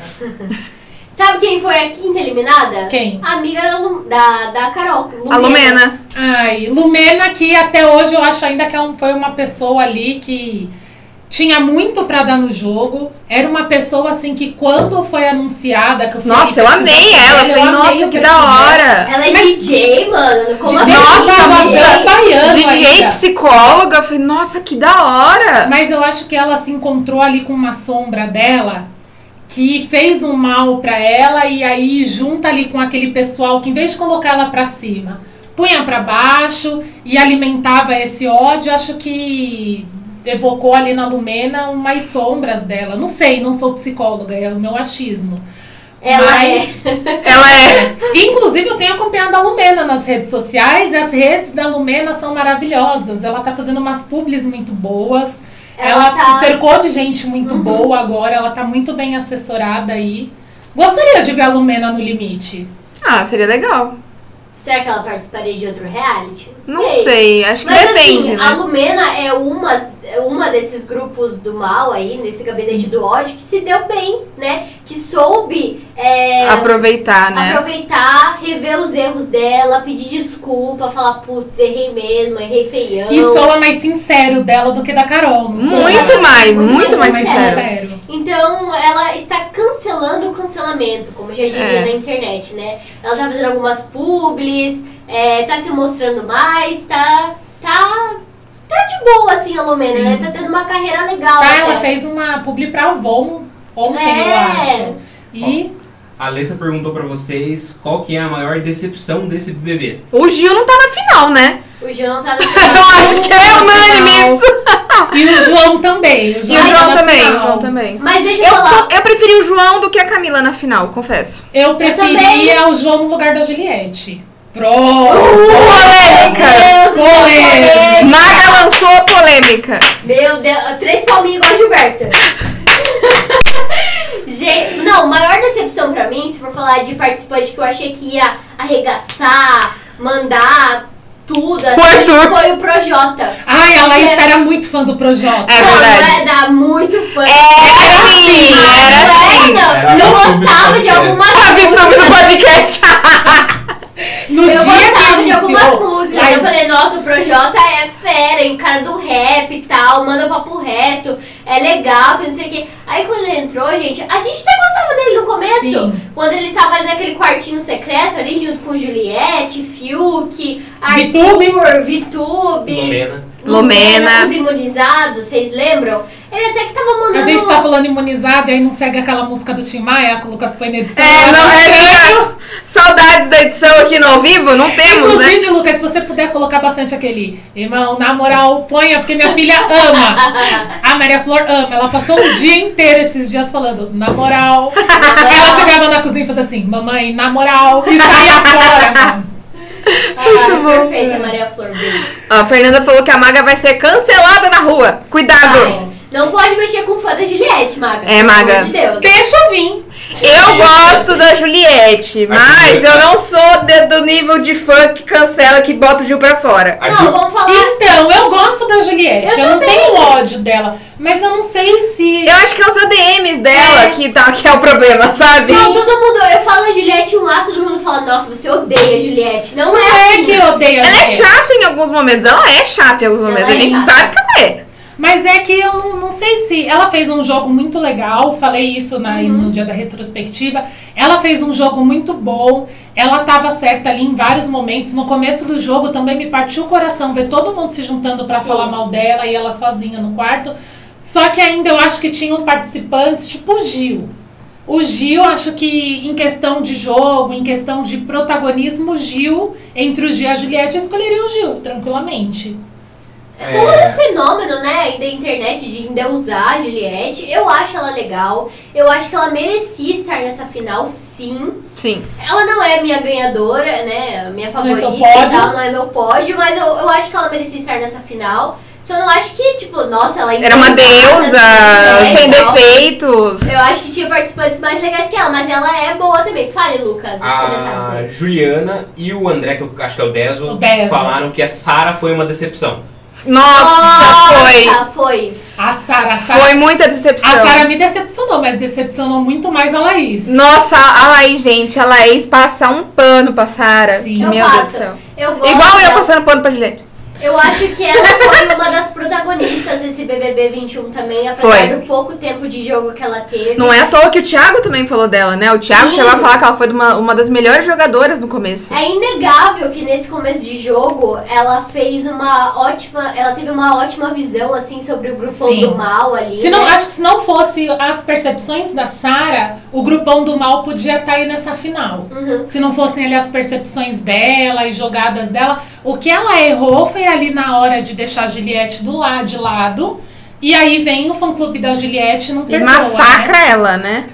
S1: Sabe quem foi a quinta eliminada?
S4: Quem?
S1: A amiga da, Lu- da, da Carol. é
S3: A Lumena.
S4: Ai, Lumena, que até hoje eu acho ainda que é um- foi uma pessoa ali que tinha muito pra dar no jogo. Era uma pessoa assim que quando foi anunciada que eu fui
S3: Nossa, eu amei ela. Falei, nossa, que da hora.
S1: Ela é DJ, mano. Como
S4: Nossa,
S1: assim?
S3: Nossa, tá-
S1: DJ?
S4: é
S3: mano.
S4: trabalhando
S3: DJ
S4: ainda.
S3: é psicóloga. Eu Falei, nossa, que da hora.
S4: Mas eu acho que ela se encontrou ali com uma sombra dela que fez um mal pra ela e aí junta ali com aquele pessoal que em vez de colocar ela pra cima, punha pra baixo e alimentava esse ódio, acho que evocou ali na Lumena umas sombras dela. Não sei, não sou psicóloga, é o meu achismo.
S1: Ela é.
S4: Mas-
S3: Ela é.
S4: Inclusive, eu tenho acompanhado a Lumena nas redes sociais e as redes da Lumena são maravilhosas. Ela tá fazendo umas publis muito boas. Ela,
S1: Ela tá-
S4: se cercou de gente muito
S3: Uhum.
S4: boa agora. Ela tá muito bem assessorada aí. Gostaria de ver a Lumena no limite.
S3: Ah, seria legal.
S1: é. Será que ela participaria de outro reality?
S3: Não sei. Acho que
S1: Mas
S3: depende,
S1: assim,
S3: né?
S1: a Lumena é uma, é uma desses grupos do mal aí, nesse gabinete do ódio, que se deu bem, né? Que soube é,
S3: Aproveitar, né?
S1: aproveitar, rever os erros dela, pedir desculpa, falar, putz, errei mesmo, errei feião.
S4: E soa mais sincero dela do que da Carol. Não soa?
S3: Muito mais, muito
S4: Soa
S3: mais
S1: mais
S3: sincero.
S1: Então ela está cancelando o cancelamento, como já diria
S3: É.
S1: na internet, né? Ela tá fazendo algumas publis, é, tá se mostrando mais, tá. tá. tá de boa assim a Lumena,
S4: Sim.
S1: né? Tá tendo uma carreira legal.
S3: Ah,
S4: Tá,
S1: até.
S3: é.
S4: ela fez uma publi pra Avon ontem, eu
S1: É.
S4: acho. E
S2: A Alessa perguntou pra vocês qual que é a maior decepção desse BBB.
S3: O Gil não tá na final, né?
S1: O Gil não tá no
S3: Eu acho que é unânime
S4: Não.
S3: isso.
S4: E o João também. O
S3: Ah. E o
S4: tá
S3: João
S4: na
S3: também, o
S4: final.
S3: João também.
S1: Mas é deixa eu, falar.
S3: Eu, eu preferi o João do que a Camila na final, confesso.
S4: Eu preferia o João no lugar da Juliette. Pronto!
S3: Polêmica!
S1: Meu Deus,
S4: Polêmica.
S3: Maga lançou a polêmica.
S1: Meu Deus, três palminhos igual a Gilberta. Gente, não, maior decepção pra mim, se for falar de participante que eu achei que ia arregaçar, mandar tudo, assim,
S3: Arthur.
S1: foi o Projota.
S4: Ai, a Laís era muito fã do Projota.
S3: É
S1: não,
S3: verdade.
S1: não era muito fã.
S3: Era sim, era sim.
S1: Não,
S2: Era
S1: não
S2: YouTube
S1: gostava de
S2: podcast.
S1: algumas
S3: Ó, Vitube do podcast.
S4: No
S1: Eu
S4: dia que
S1: gostava de algumas
S4: anunciou,
S1: músicas.
S4: Laís-
S1: Eu falei, nossa, o Projota é fera, hein? O cara do rap e tal, manda papo reto, é legal, que não sei o quê. Aí quando ele entrou, gente, a gente até gostava dele no começo.
S4: Sim.
S1: Quando ele tava ali naquele quartinho secreto ali, junto com Juliette, Fiuk,
S4: Vitube.
S1: Arthur, Vitube,
S2: Lumena.
S3: Lumena.
S1: Os imunizados, vocês lembram? Ele até que tava mandando.
S4: a gente tá falando imunizado e aí não segue aquela música do Tim Maia com o Lucas Põe na edição.
S3: É,
S4: Eu
S3: não
S4: acho
S3: é
S4: que-
S3: minha. Saudades da edição aqui no ao vivo? Não temos, né?
S4: Inclusive, Lucas, se você puder colocar bastante aquele irmão, na moral, ponha, porque minha filha ama. A Maria Flor ama. Ela passou um dia inteiro esses dias falando, na moral. Ela chegava na cozinha e fazia assim, mamãe, na moral. E saía fora, mano.
S1: Ah, perfeita, Maria Flor. beijo.
S3: Ó, a Fernanda falou que a Maga vai ser cancelada na rua. Cuidado.
S1: Vai. Não pode mexer com o fã da Juliette, Maga.
S3: Tá É, Maga.
S1: Pelo amor de Deus.
S4: Deixa eu vir.
S3: Eu gosto da Juliette, mas
S2: Arthur.
S3: eu não sou de- do nível de fã que cancela, que bota o Gil pra fora.
S2: A
S1: Não,
S2: Ju-
S1: vamos falar.
S4: Então, eu gosto da Juliette.
S1: Eu
S4: Eu, não
S1: também.
S4: tenho ódio dela. Mas eu não sei se.
S3: Eu acho que é os ADMs dela
S1: É.
S3: que, tá, que é o problema, sabe?
S1: Não, todo mundo, eu falo da Juliette um A, todo mundo fala, nossa, você odeia a Juliette. Não é
S4: É
S1: assim.
S4: que eu odeio a
S3: Ela é
S4: Juliette.
S3: chata em alguns momentos, ela é chata em alguns momentos,
S1: Ela
S3: a
S1: é
S3: gente
S1: chata.
S3: sabe que ela é.
S4: Mas é que eu não, não sei se. Ela fez um jogo muito legal, falei isso na, no dia da retrospectiva. Ela fez um jogo muito bom. Ela tava certa ali em vários momentos. No começo do jogo também me partiu o coração ver todo mundo se juntando pra
S1: Sim.
S4: falar mal dela e ela sozinha no quarto. Só que ainda eu acho que tinham participantes, tipo o Gil. O Gil, acho que em questão de jogo, em questão de protagonismo, o Gil, entre o Gil e a Juliette, eu escolheria o Gil, tranquilamente. é
S5: é,
S1: Puro É fenômeno, né, aí da internet de endeusar a Juliette. Eu acho ela legal. Eu acho que ela merecia estar nessa final, sim.
S3: é Sim.
S1: Ela não é minha ganhadora, né, a minha
S4: Não é seu
S1: favorita e
S4: pódio.
S1: tal, não é meu pódio, mas eu, eu acho que ela merecia estar nessa final. Só não acho que, tipo, nossa, ela
S3: Era uma
S1: endeusada,
S3: deusa,
S1: né,
S3: sem
S1: e tal.
S3: defeitos.
S1: Eu acho que tinha participantes mais legais que ela, mas ela é boa também. Fale, Lucas, os
S4: Ah,
S1: comentários
S2: A
S1: aí.
S2: Juliana e o André, que eu acho que é o Deso,
S4: O Deso.
S2: falaram que a Sara foi uma decepção.
S3: Nossa, foi.
S1: Nossa, foi.
S4: A Sara, a Sara.
S3: Foi muita decepção.
S4: A Sara me decepcionou, mas decepcionou muito mais a Laís.
S3: Nossa, a Laís, gente, a Laís passa um pano pra Sara.
S4: Sim.
S3: Meu
S1: Eu
S3: Deus do
S1: passo.
S3: céu.
S1: Eu gosto
S3: Igual eu
S1: dela.
S3: passando pano pra Juliette.
S1: Eu acho que ela foi uma das protagonistas desse BBB 21 também, apesar
S3: Foi.
S1: do pouco tempo de jogo que ela teve.
S3: Não é à toa que o Thiago também falou dela, né? O Thiago
S1: Sim.
S3: chegou a falar que ela foi uma, uma das melhores jogadoras no começo.
S1: É inegável que nesse começo de jogo ela fez uma ótima. Ela teve uma ótima visão, assim, sobre o grupão
S4: Sim.
S1: do mal ali.
S4: Se não,
S1: né?
S4: acho que se não fosse as percepções da Sara, o grupão do mal podia estar aí nessa final.
S1: Uhum.
S4: Se não fossem ali as percepções dela e jogadas dela, o que ela errou foi ali na hora de deixar a Juliette do lado de lado. E aí vem o fã clube da Juliette e não
S3: E
S4: perdoa,
S3: massacra
S4: né?
S3: ela, né?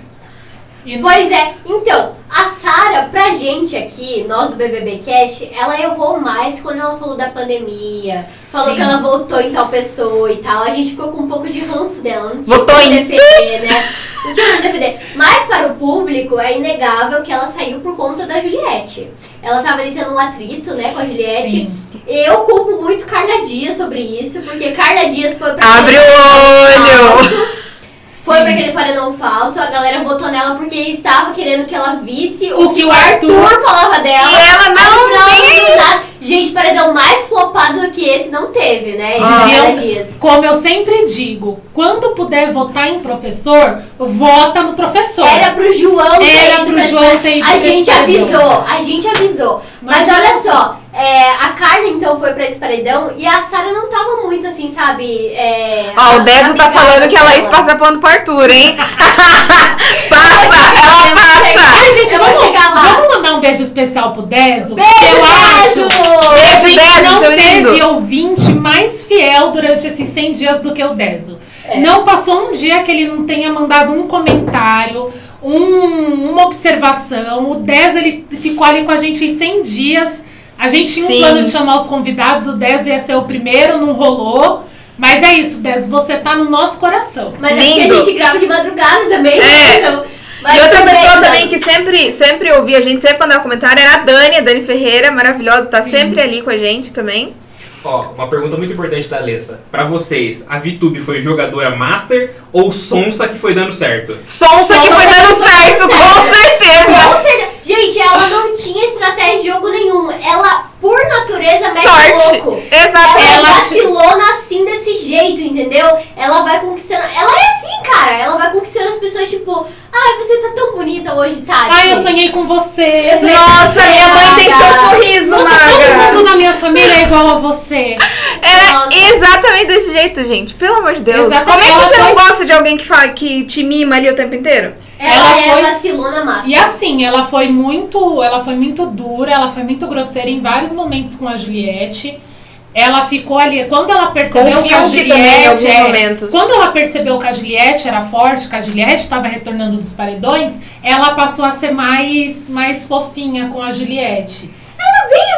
S4: E não-
S1: Pois é, então, a Sara, pra gente aqui, nós do BBB Cast, ela errou mais quando ela falou da pandemia, falou
S4: Sim.
S1: que ela votou em tal pessoa e tal. A gente ficou com um pouco de ranço dela, não tinha
S3: Votou
S1: como
S3: em-
S1: defender, né? Não tinha como defender. Mas para o público, é inegável que ela saiu por conta da Juliette. Ela tava ali tendo um atrito, né, com a Juliette.
S4: Sim.
S1: Eu culpo muito Carla Dias sobre isso, porque Carla Dias foi pra
S3: Abre o olho!
S1: foi pra aquele paredão falso, a galera votou nela porque estava querendo que ela visse o,
S4: O
S1: que
S4: que
S1: o
S4: o
S1: Arthur
S4: Arthur
S1: falava dela.
S3: E ela não
S1: Aí, no final,
S3: nem
S1: ela não nada. Gente, paredão mais flopado do que esse não teve, né? De
S3: Ah.
S1: Carla
S4: Deus.
S1: Dias.
S4: Como eu sempre digo, quando puder votar em professor, vota no professor.
S1: Era pro João ter
S4: Era
S1: ido
S4: pro
S1: pra
S4: João
S1: essa-
S4: ter ido
S1: A
S4: pra
S1: gente
S4: esse
S1: avisou,
S4: paredão.
S1: a gente avisou. Mas
S4: Mas
S1: olha
S4: não.
S1: só, é, a Carla então foi pra esse paredão e a Sara não tava muito assim, sabe? é,
S3: Ó, o Dessa tá
S1: amigável
S3: falando que a Laís
S1: dela.
S3: passa pano pro Arthur, hein? passa! Ela passa!
S4: Ai, gente,
S1: Eu vou
S4: vamos,
S1: chegar lá.
S4: vamos mandar um beijo especial pro Deso.
S1: Beijo,
S4: que eu
S1: Deso!
S4: acho
S3: Beijo,
S4: que
S3: Deso,
S4: não
S3: seu
S4: teve
S3: lindo.
S4: ouvinte mais fiel durante esses 100 dias do que o Deso.
S1: É.
S4: Não passou um dia que ele não tenha mandado um comentário, um- uma observação. O Deso, ele ficou ali com a gente 100 dias. A gente tinha
S3: Sim.
S4: um plano de chamar os convidados, o Deso ia ser o primeiro, não rolou. Mas é isso, Deso, você tá no nosso coração.
S1: Mas é porque
S3: Lindo.
S1: a gente grava de madrugada também.
S3: É.
S1: então-
S3: E
S1: Mas
S3: outra
S1: tudo bem, então.
S3: pessoa
S1: mas-
S3: também que sempre, sempre ouvia a gente, sempre mandava comentário, era a Dani, a Dani Ferreira, maravilhosa, tá sempre ali com a gente também.
S2: Ó, uma pergunta muito importante da Alessa. Pra vocês, a VTube foi jogadora master ou sonsa que foi dando certo?
S3: Sonsa que
S1: Sonsa
S3: foi
S1: que
S3: dando
S1: foi
S3: certo,
S1: dando
S3: com certeza!
S1: Com certeza. Gente, ela não tinha estratégia de jogo nenhum. Ela, por natureza, mete é louco.
S3: Sorte! é
S1: Ela,
S3: Exatamente.
S4: Ela-
S1: vacilona assim desse jeito, entendeu? Ela vai conquistando. Ela é assim, cara. Ela vai conquistando as pessoas, tipo, ai, você tá tão bonita hoje, tá?
S4: Ai, eu sonhei com você.
S1: Eu sonhei
S3: Nossa, minha mãe tem seu
S1: Maga.
S3: sorriso,
S4: Nossa,
S3: Maga.
S4: todo mundo na minha família é igual a você.
S1: Nossa.
S3: É exatamente desse jeito, gente. Pelo amor de Deus.
S4: Exatamente.
S3: Como é que
S4: Ela
S3: você não
S4: foi-
S3: gosta de alguém que, fala, que te mima ali o tempo inteiro?
S1: Ela,
S4: Ela
S1: é
S4: foi-
S1: vacilona massa.
S4: E assim, ela foi muito, ela foi muito dura, ela foi muito grosseira em vários momentos com a Juliette. Ela ficou ali, quando ela percebeu que a
S3: Confio que também em alguns
S4: Juliette, é,
S3: momentos.
S4: quando ela percebeu que a Juliette era forte, que a Juliette estava retornando dos paredões, ela passou a ser mais, mais fofinha com a Juliette.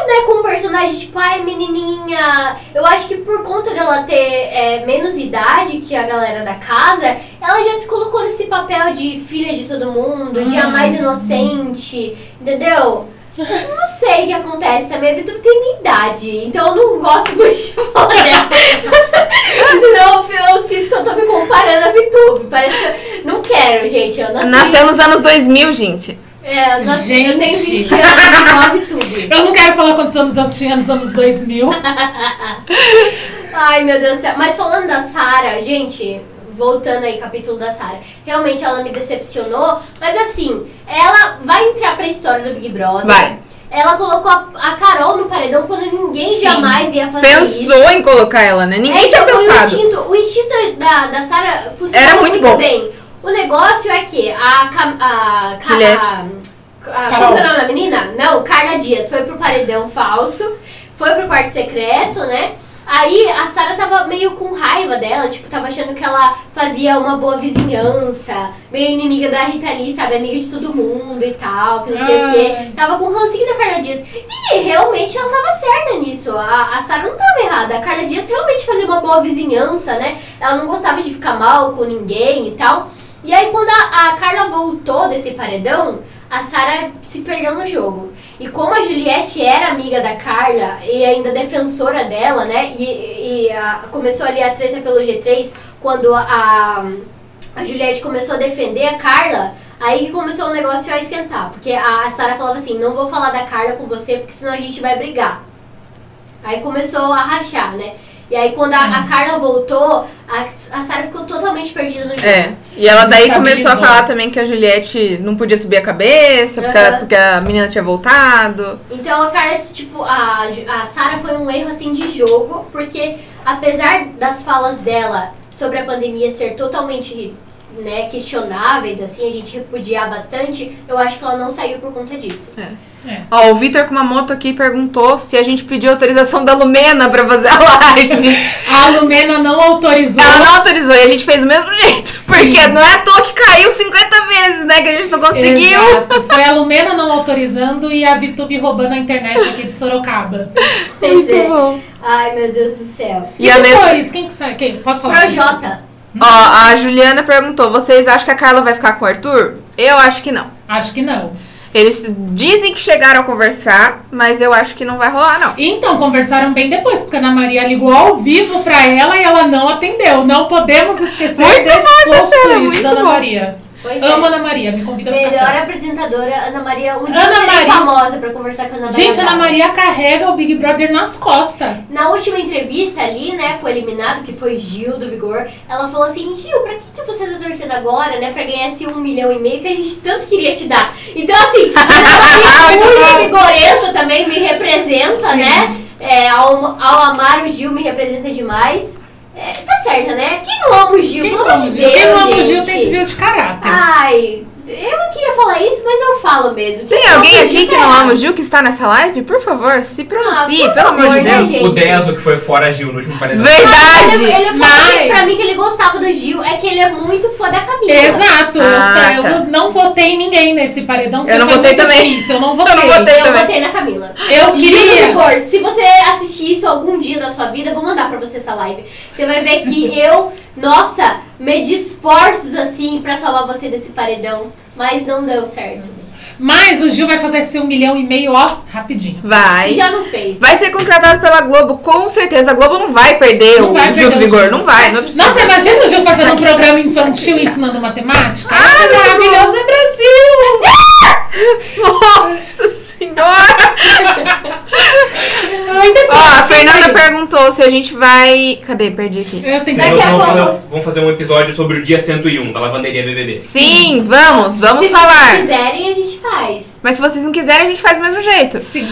S1: né, com um personagem tipo, ai, menininha. Eu acho que por conta dela ter é, menos idade que a galera da casa, ela já se colocou nesse papel de filha de todo mundo, de a
S4: Ai.
S1: mais inocente, entendeu? Eu Não sei o que acontece também, a Vitor tem minha idade, então eu não gosto muito de falar dela. Senão eu, eu sinto que eu tô me comparando a Vitube. Parece que eu não quero, gente. Eu nasci.
S3: Tá Nasceu nos anos 2000, gente.
S1: É, eu, nasci eu tenho
S4: Gente.
S1: 20 anos, igual a Vitube.
S4: Eu não quero falar quantos anos eu tinha nos anos 2000.
S1: Ai, meu Deus do céu. Mas falando da Sarah, gente, voltando aí, capítulo da Sarah. Realmente ela me decepcionou, mas assim, ela vai entrar pra história do Big Brother.
S3: Vai.
S1: Ela colocou a, a Carol no paredão quando ninguém
S4: Sim.
S1: jamais ia fazer isso.
S3: Pensou em colocar ela, né? Ninguém
S1: Tá É,
S3: tinha
S1: então, O
S3: pensado.
S1: instinto, o instinto da, da Sarah funcionava
S3: Era muito bom.
S1: bem. O negócio é que a... Cam- a, Ca-
S3: Juliette.
S1: a, a
S4: Carol.
S1: Como que era o nome da menina? Não, Carla Dias. Foi pro paredão falso, foi pro quarto secreto, né? Aí a Sarah tava meio com raiva dela, tipo, tava achando que ela fazia uma boa vizinhança, meio inimiga da Rita Lee, sabe? Amiga de todo mundo e tal, que não sei o
S4: Ai.
S1: quê. Tava com o rancinho da Carla Dias. E realmente ela tava certa nisso. A, a Sarah não tava errada. A Carla Dias realmente fazia uma boa vizinhança, né? Ela não gostava de ficar mal com ninguém e tal. E aí quando a, a Carla voltou desse paredão, a Sarah se perdeu no jogo. E como a Juliette era amiga da Carla e ainda defensora dela, né? E, e a- começou ali a treta pelo G3 quando a, a Juliette começou a defender a Carla. Aí que começou o negócio a esquentar, porque a a Sarah falava assim, não vou falar da Carla com você, porque senão a gente vai brigar. Aí começou a rachar, né? E aí quando a, a Carla voltou, a, a Sarah ficou totalmente perdida no jogo.
S3: É. E ela daí começou a
S4: Desestabilizou.
S3: falar também que a Juliette não podia subir a cabeça, porque,
S1: Aham.
S3: ela- porque a menina tinha voltado.
S1: Então a Carla, tipo, a, Ju- a Sarah foi um erro assim de jogo, porque apesar das falas dela sobre a pandemia ser totalmente né, questionáveis, assim, a gente repudiar bastante, eu acho que ela não saiu por conta disso.
S4: É.
S3: Ó, o Vitor com uma moto aqui perguntou se a gente pediu autorização da Lumena pra fazer a live.
S4: A Lumena não autorizou.
S3: ela não autorizou e a gente fez do mesmo jeito. Porque não é à toa que caiu 50 vezes, né? Que a gente não conseguiu.
S4: Exato. Foi a Lumena não autorizando e a Vitube roubando a internet aqui de Sorocaba.
S1: Pois é.
S3: bom.
S1: Ai, meu Deus do céu.
S3: E a Alessa.
S4: depois, quem que sai? Quem? Posso falar?
S1: Projota.
S3: Ó, a Juliana perguntou: vocês acham que a Carla vai ficar com o Arthur? Eu acho que não.
S4: Acho que não.
S3: Eles dizem que chegaram a conversar, mas eu acho que não vai rolar, não.
S4: Então, conversaram bem depois, porque a Ana Maria ligou ao vivo pra ela e ela não atendeu. Não podemos esquecer
S3: Muito
S4: desse
S3: bom essa
S4: post
S3: cena,
S4: twist
S3: muito
S4: da Ana
S3: bom.
S4: Maria.
S1: Pois
S4: Amo
S1: é.
S4: Ana Maria, me convida pra
S1: Melhor
S4: café.
S1: apresentadora, Ana Maria. Um dia
S4: Ana
S1: eu serei
S4: Maria.
S1: famosa pra conversar com a Ana Maria.
S4: Gente, a Ana
S1: Braga.
S4: Maria carrega o Big Brother nas costas.
S1: Na última entrevista ali, né, com o eliminado, que foi Gil do Vigor, ela falou assim, Gil, pra que, que você tá torcendo agora, né, pra ganhar esse um milhão e meio que a gente tanto queria te dar? Então, assim, a Ana Maria Muito Vigorento também me representa, né, É, ao, ao amar o Gil me representa demais. É, tá certa, né? Quem não ama o Gil,
S4: Quem
S1: pelo
S4: ama
S1: amor
S4: o
S1: de
S4: Gil?
S1: Deus,
S4: Quem ama o
S1: gente.
S4: Gil tem desvio de caráter.
S3: Ah,
S1: Ai, eu não queria falar isso, mas eu falo mesmo. Quem
S3: Tem
S1: não
S3: alguém
S1: ama o
S3: aqui
S1: Gil
S3: que
S1: tá
S3: não ama o
S1: errado.
S3: Gil que está nessa live? Por favor, se pronuncie,
S1: por
S3: pelo amor de
S1: favor, né,
S3: Deus.
S1: gente?
S2: O Deso que foi fora Gil no último paredão.
S3: Verdade!
S1: Ele, ele falou
S4: Mas-
S1: pra mim que ele gostava do Gil, é que ele é muito fã da Camila.
S4: Exato.
S3: Ah,
S4: eu
S3: tá.
S4: não votei em ninguém nesse paredão. porque
S3: Eu não
S4: foi
S3: votei
S4: muito
S3: também.
S4: Difícil. Eu não
S3: não
S4: votei.
S3: votei.
S1: Eu
S3: também.
S1: votei na Camila.
S4: Eu
S1: Gil do
S4: queria.
S1: Vigor, se você assistir isso algum dia da sua vida, eu vou mandar pra você essa live. Você vai ver que eu, nossa, medi esforços assim pra salvar você desse paredão, mas não deu certo.
S4: Mas o Gil vai fazer esse um milhão e meio, ó, rapidinho.
S1: E
S3: Vai.
S1: já não fez.
S3: Vai ser contratado pela Globo, com certeza. A Globo não vai perder
S4: Não
S3: o
S4: vai
S3: Gil do
S4: perder o
S3: Vigor.
S4: Gil.
S3: Não vai, não é possível.
S4: Nossa, imagina o Gil fazendo um programa infantil ensinando matemática.
S3: Ah,
S4: Isso é maravilhoso.
S3: é Brasil! Nossa senhora!
S4: Ainda
S3: Ó, ah, a
S4: bem.
S3: Fernanda perguntou se a gente vai. Cadê? Perdi aqui.
S4: Eu tenho
S1: Daqui
S2: Nós
S1: a
S2: vamos,
S1: pouco.
S2: fazer, vamos fazer um episódio sobre o dia 101 da lavanderia BBB.
S3: Sim, vamos, vamos
S1: se vocês
S3: falar.
S1: quiserem, a gente faz.
S3: Mas se vocês não quiserem, a gente faz do mesmo jeito.
S4: Sim.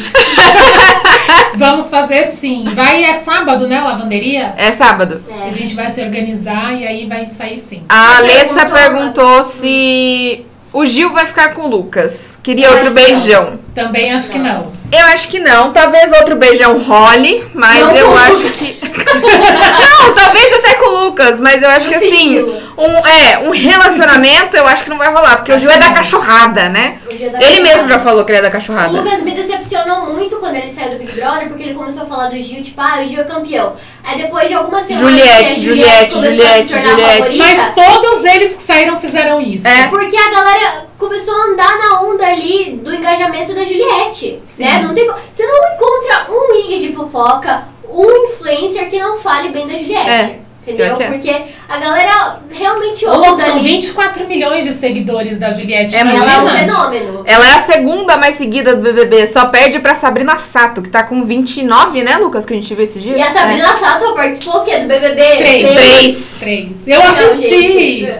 S4: Vamos fazer sim. Vai, é sábado, né, lavanderia?
S3: É sábado.
S1: É.
S4: A gente vai se organizar e aí vai sair sim.
S3: A
S1: Você
S3: Alessa
S1: perguntou, né?
S3: perguntou se o Gil vai ficar com o Lucas. Queria
S1: Eu
S3: outro
S1: acho que
S3: beijão.
S4: Também acho que não.
S3: Eu acho que não. Talvez outro beijão role, mas
S1: Não com
S3: eu
S1: o
S3: acho que. não, talvez até com o Lucas, mas eu acho
S1: No
S3: que assim.
S1: sigilo.
S3: Um, é, um relacionamento eu acho que não vai rolar, porque o Gil é da cachorrada, né?
S1: O Gil da
S3: Ele mesmo
S1: Camila.
S3: já falou que ele é da
S1: O
S3: cachorrada.
S1: Lucas me decepcionou muito quando ele saiu do Big Brother, porque ele começou a falar do Gil, tipo, ah, o Gil é campeão. Aí depois de algumas semanas.
S3: Juliette,
S1: né,
S3: Juliette,
S1: começou a se
S3: Juliette,
S1: tornar
S3: Juliette.
S1: favorita,
S4: Mas todos eles que saíram fizeram isso.
S3: É.
S1: Porque a galera começou a andar na onda ali do engajamento da Juliette.
S4: Sim.
S1: Né? Não tem, co- você não encontra um IG de fofoca, um influencer que não fale bem da Juliette.
S3: É.
S1: Entendeu?
S3: Pior que é.
S1: Porque a galera realmente
S4: Ô, louco,
S1: ouve
S4: são
S1: ali.
S4: 24 milhões de seguidores da Juliette.
S3: É
S1: Ela é um
S4: imagina.
S1: fenômeno.
S3: Ela é a segunda mais seguida do BBB, só perde pra Sabrina Sato, que tá com 29, né, Lucas, que a gente viu esses dias?
S1: E a Sabrina Sato participou o quê? Do BBB?
S4: Três.
S3: é. Três.
S4: Três. Eu
S1: Não,
S4: assisti.
S1: gente,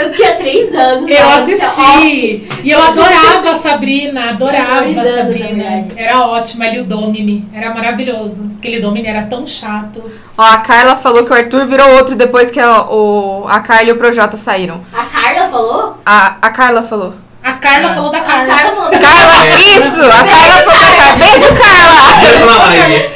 S1: eu tinha três anos.
S4: Eu
S1: nossa, ó,
S4: assisti. E eu adorava a Sabrina, adorava
S1: Dois
S4: a
S1: anos, na
S4: Sabrina.
S1: verdade.
S4: Era ótima ali o Domini. Era maravilhoso. Aquele Domini era tão chato.
S3: Ó, a Carla falou que o Arthur virou outro depois que a, o, a Carla e o Projota saíram.
S1: A Carla falou?
S3: A, a Carla falou.
S4: A Carla
S5: Ah.
S4: falou da
S1: A
S4: Carla.
S1: Carla falou.
S3: Carla, isso! A Carla falou da Carla. Beijo, Carla!
S2: Olha lá, Maria.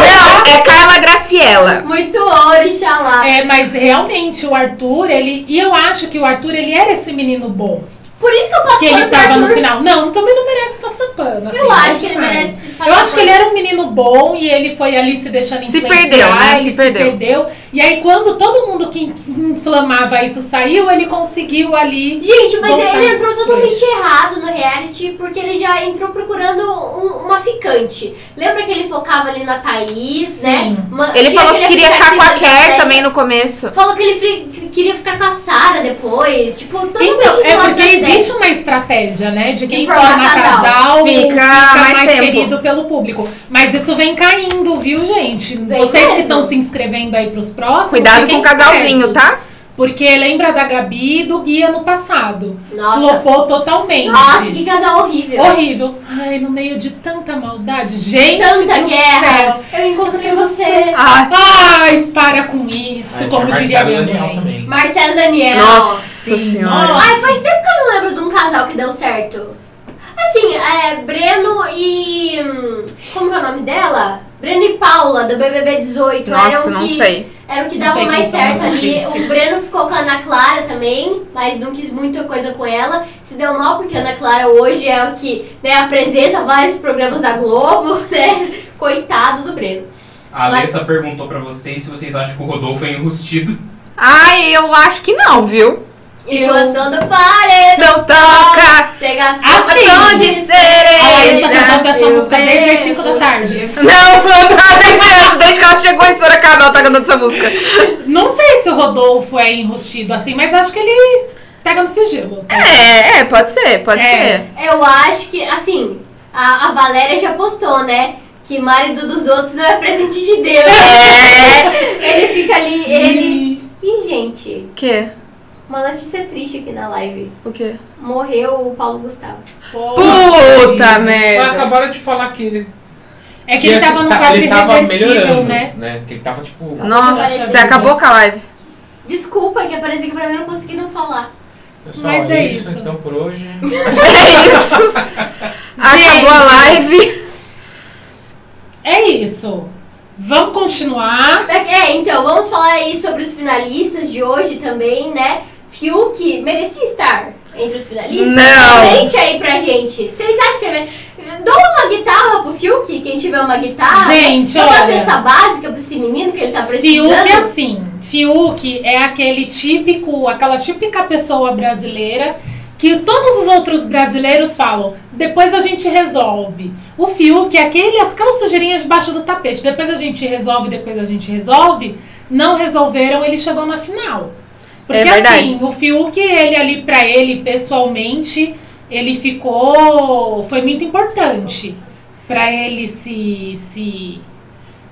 S3: Não, é Carla Graciela.
S1: Muito ouro, Inxalá.
S4: É, mas realmente o Arthur, ele. E eu acho que o Arthur, ele era esse menino bom.
S1: Por isso que eu passo
S4: Que ele
S1: pano pro
S4: tava no
S1: Arthur.
S4: final. Não, também não merece passar pano. assim,
S1: Eu acho que ele
S4: demais.
S1: merece.
S4: Eu acho que ele era um menino bom e ele foi ali se deixando
S3: Se
S4: influenciar,
S3: perdeu, né? Se
S4: ele
S3: perdeu.
S4: E aí quando todo mundo que inflamava isso saiu, ele conseguiu ali.
S1: Gente, mas
S4: voltar.
S1: ele entrou totalmente errado no reality porque ele já entrou procurando um- uma ficante. Lembra que ele focava ali na Thaís,
S4: Sim.
S1: né? Uma-
S3: Ele é
S1: tinha
S3: falou que
S1: aquele
S3: queria ficar com a
S1: aplicativo ali,
S3: Kerr
S1: né?
S3: também no começo.
S1: Falou que ele fri- que queria ficar com a Sarah depois. Tipo, totalmente né?
S4: Então,
S1: do
S4: é
S1: lado
S4: porque
S1: das
S4: existe uma estratégia, né? De quem
S1: De
S4: forma
S1: formar
S4: casal,
S1: casal.
S3: Fica mais
S4: mais
S3: tempo.
S4: querido pelo público. Mas isso vem caindo, viu, gente?
S1: Vem
S4: Vocês que
S1: mesmo.
S4: estão se inscrevendo aí pros próximos.
S3: Cuidado
S4: fiquem
S3: com o casalzinho,
S4: espertos.
S3: tá?
S4: Porque lembra da Gabi e do Guia no passado.
S1: dez. Nossa. Ah,
S4: Flopou totalmente.
S1: Nossa, que casal horrível.
S4: Horrível. Ai, no meio de tanta maldade. Gente,
S1: Tanta
S4: do
S1: guerra.
S4: céu.
S1: Eu encontrei você.
S3: Ah,
S4: Ai, para com isso,
S5: Aí tinha
S4: como diria
S5: Marcelo
S4: minha
S5: Daniel
S4: mãe.
S5: também.
S1: Marcelo Daniel.
S3: nossa
S4: Sim,
S3: senhora.
S4: nossa.
S1: Ai, faz tempo que eu não lembro de um casal que deu certo. Assim, é Breno e. hum, Como que é o nome dela? Breno e Paula, do BBB 18.
S3: Nossa,
S1: eram
S3: não
S1: que,
S3: sei.
S1: Era o que
S4: Não
S1: dava
S4: sei quem
S1: mais
S4: são
S1: certo
S4: essas
S1: ali.
S4: três.
S1: O Breno ficou com a Ana Clara também, mas não quis muita coisa com ela. Se deu mal, porque a Ana Clara hoje é o que né, apresenta vários programas da Globo, né? Coitado do Breno.
S2: A Alessa perguntou pra vocês se vocês acham que o Rodolfo é enrustido.
S3: Ai, eu acho que não, viu?
S1: E
S4: Eu-
S1: o Anderson do Paredão.
S3: Não toca
S1: Chega assim,
S3: batom de
S4: A Larissa tá
S3: cereja.
S4: cantando essa
S1: eu
S4: música desde as
S1: vejo.
S4: 5 da tarde.
S3: Não, não tá desde antes, desde que ela chegou em Sorocaba, ela tá cantando essa música.
S4: Não sei se o Rodolfo é enrustido assim, mas acho que ele pega no sigilo.
S3: É, é, pode ser, pode
S4: É.
S3: ser.
S1: Eu acho que, assim, a, a Valéria já postou, né? Que marido dos outros não é presente de Deus.
S3: É.
S1: Ele fica ali, ele. Ih, gente,
S3: O quê?
S1: uma notícia triste aqui na live.
S3: O quê?
S1: Morreu o Paulo Gustavo.
S4: Pô.
S3: Puta
S5: Mas
S3: merda.
S5: Acabaram de falar que ele.
S4: É que ele
S5: esse-
S4: tava no
S5: tá-
S4: quadro
S5: ele tava
S4: irreversível,
S5: melhorando,
S4: né?
S5: Que ele tava tipo.
S3: Nossa, você acabou com a live.
S1: Desculpa que apareceu aqui pra mim, eu não consegui não falar.
S5: Pessoal,
S4: Mas é isso.
S5: Então por hoje.
S3: É isso. Acabou a live.
S4: É isso. Vamos continuar.
S1: É, então, vamos falar aí sobre os finalistas de hoje também, né? Fiuk merecia estar entre os finalistas?
S3: Não.
S1: Comente aí pra gente. Vocês acham que ele... Dou uma guitarra pro Fiuk, quem tiver uma guitarra.
S4: Gente,
S1: Dá uma
S4: olha.
S1: cesta básica pra esse menino que ele tá
S4: Fiuk
S1: precisando.
S4: é assim. Fiuk é aquele típico, aquela típica pessoa brasileira que todos os outros brasileiros falam, depois a gente resolve. O Fiuk é aquele, aquelas sujeirinhas debaixo do tapete, depois a gente resolve, depois a gente resolve. Não resolveram, ele chegou na final. Porque
S3: É verdade.
S4: assim, o Fiuk, ele ali pra ele pessoalmente, ele ficou, foi muito importante pra ele se se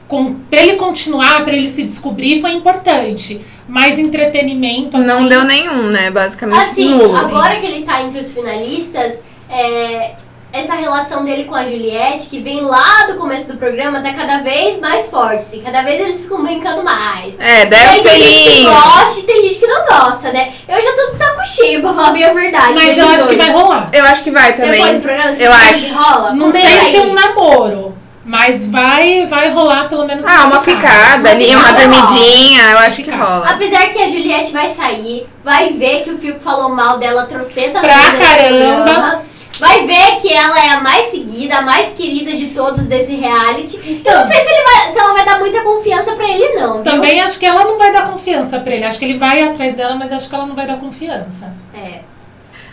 S4: com, pra ele continuar, pra ele se descobrir, foi importante. Mas entretenimento assim,
S3: Não deu nenhum, né? Basicamente
S1: Assim,
S3: nulo.
S1: agora que ele tá entre os finalistas, é, essa relação dele com a Juliette, que vem lá do começo do programa, tá cada vez mais forte. Assim, cada vez eles ficam brincando mais.
S3: É, deve
S1: Tem
S3: ser
S1: gente que
S3: lindo.
S1: gosta e tem gente que não gosta, né? Eu já tô de saco cheio pra falar bem a verdade.
S4: Mas
S1: deles
S4: eu acho que
S1: dois.
S4: vai rolar.
S3: Eu acho que vai
S1: Depois do
S3: também.
S1: programa, se
S3: Eu
S1: for
S3: acho.
S1: que rola,
S4: Não
S1: comenta
S4: sei
S1: aí.
S4: se um namoro, mas vai vai rolar pelo menos
S3: Ah, uma ficada ali, uma
S1: Uma ficada
S3: dormidinha, eu acho que
S4: Ficada.
S3: rola.
S1: Apesar que a Juliette vai sair, vai ver que o Fiuk falou mal dela trocenta
S4: Pra
S1: vezes nesse
S4: caramba.
S1: programa, Vai ver que ela é a mais seguida, a mais querida de todos desse reality. Então, eu não sei se, ele vai- se ela vai dar muita confiança pra ele, não. viu?
S4: Também acho que ela não vai dar confiança pra ele. Acho que ele vai atrás dela, mas acho que ela não vai dar confiança.
S1: É.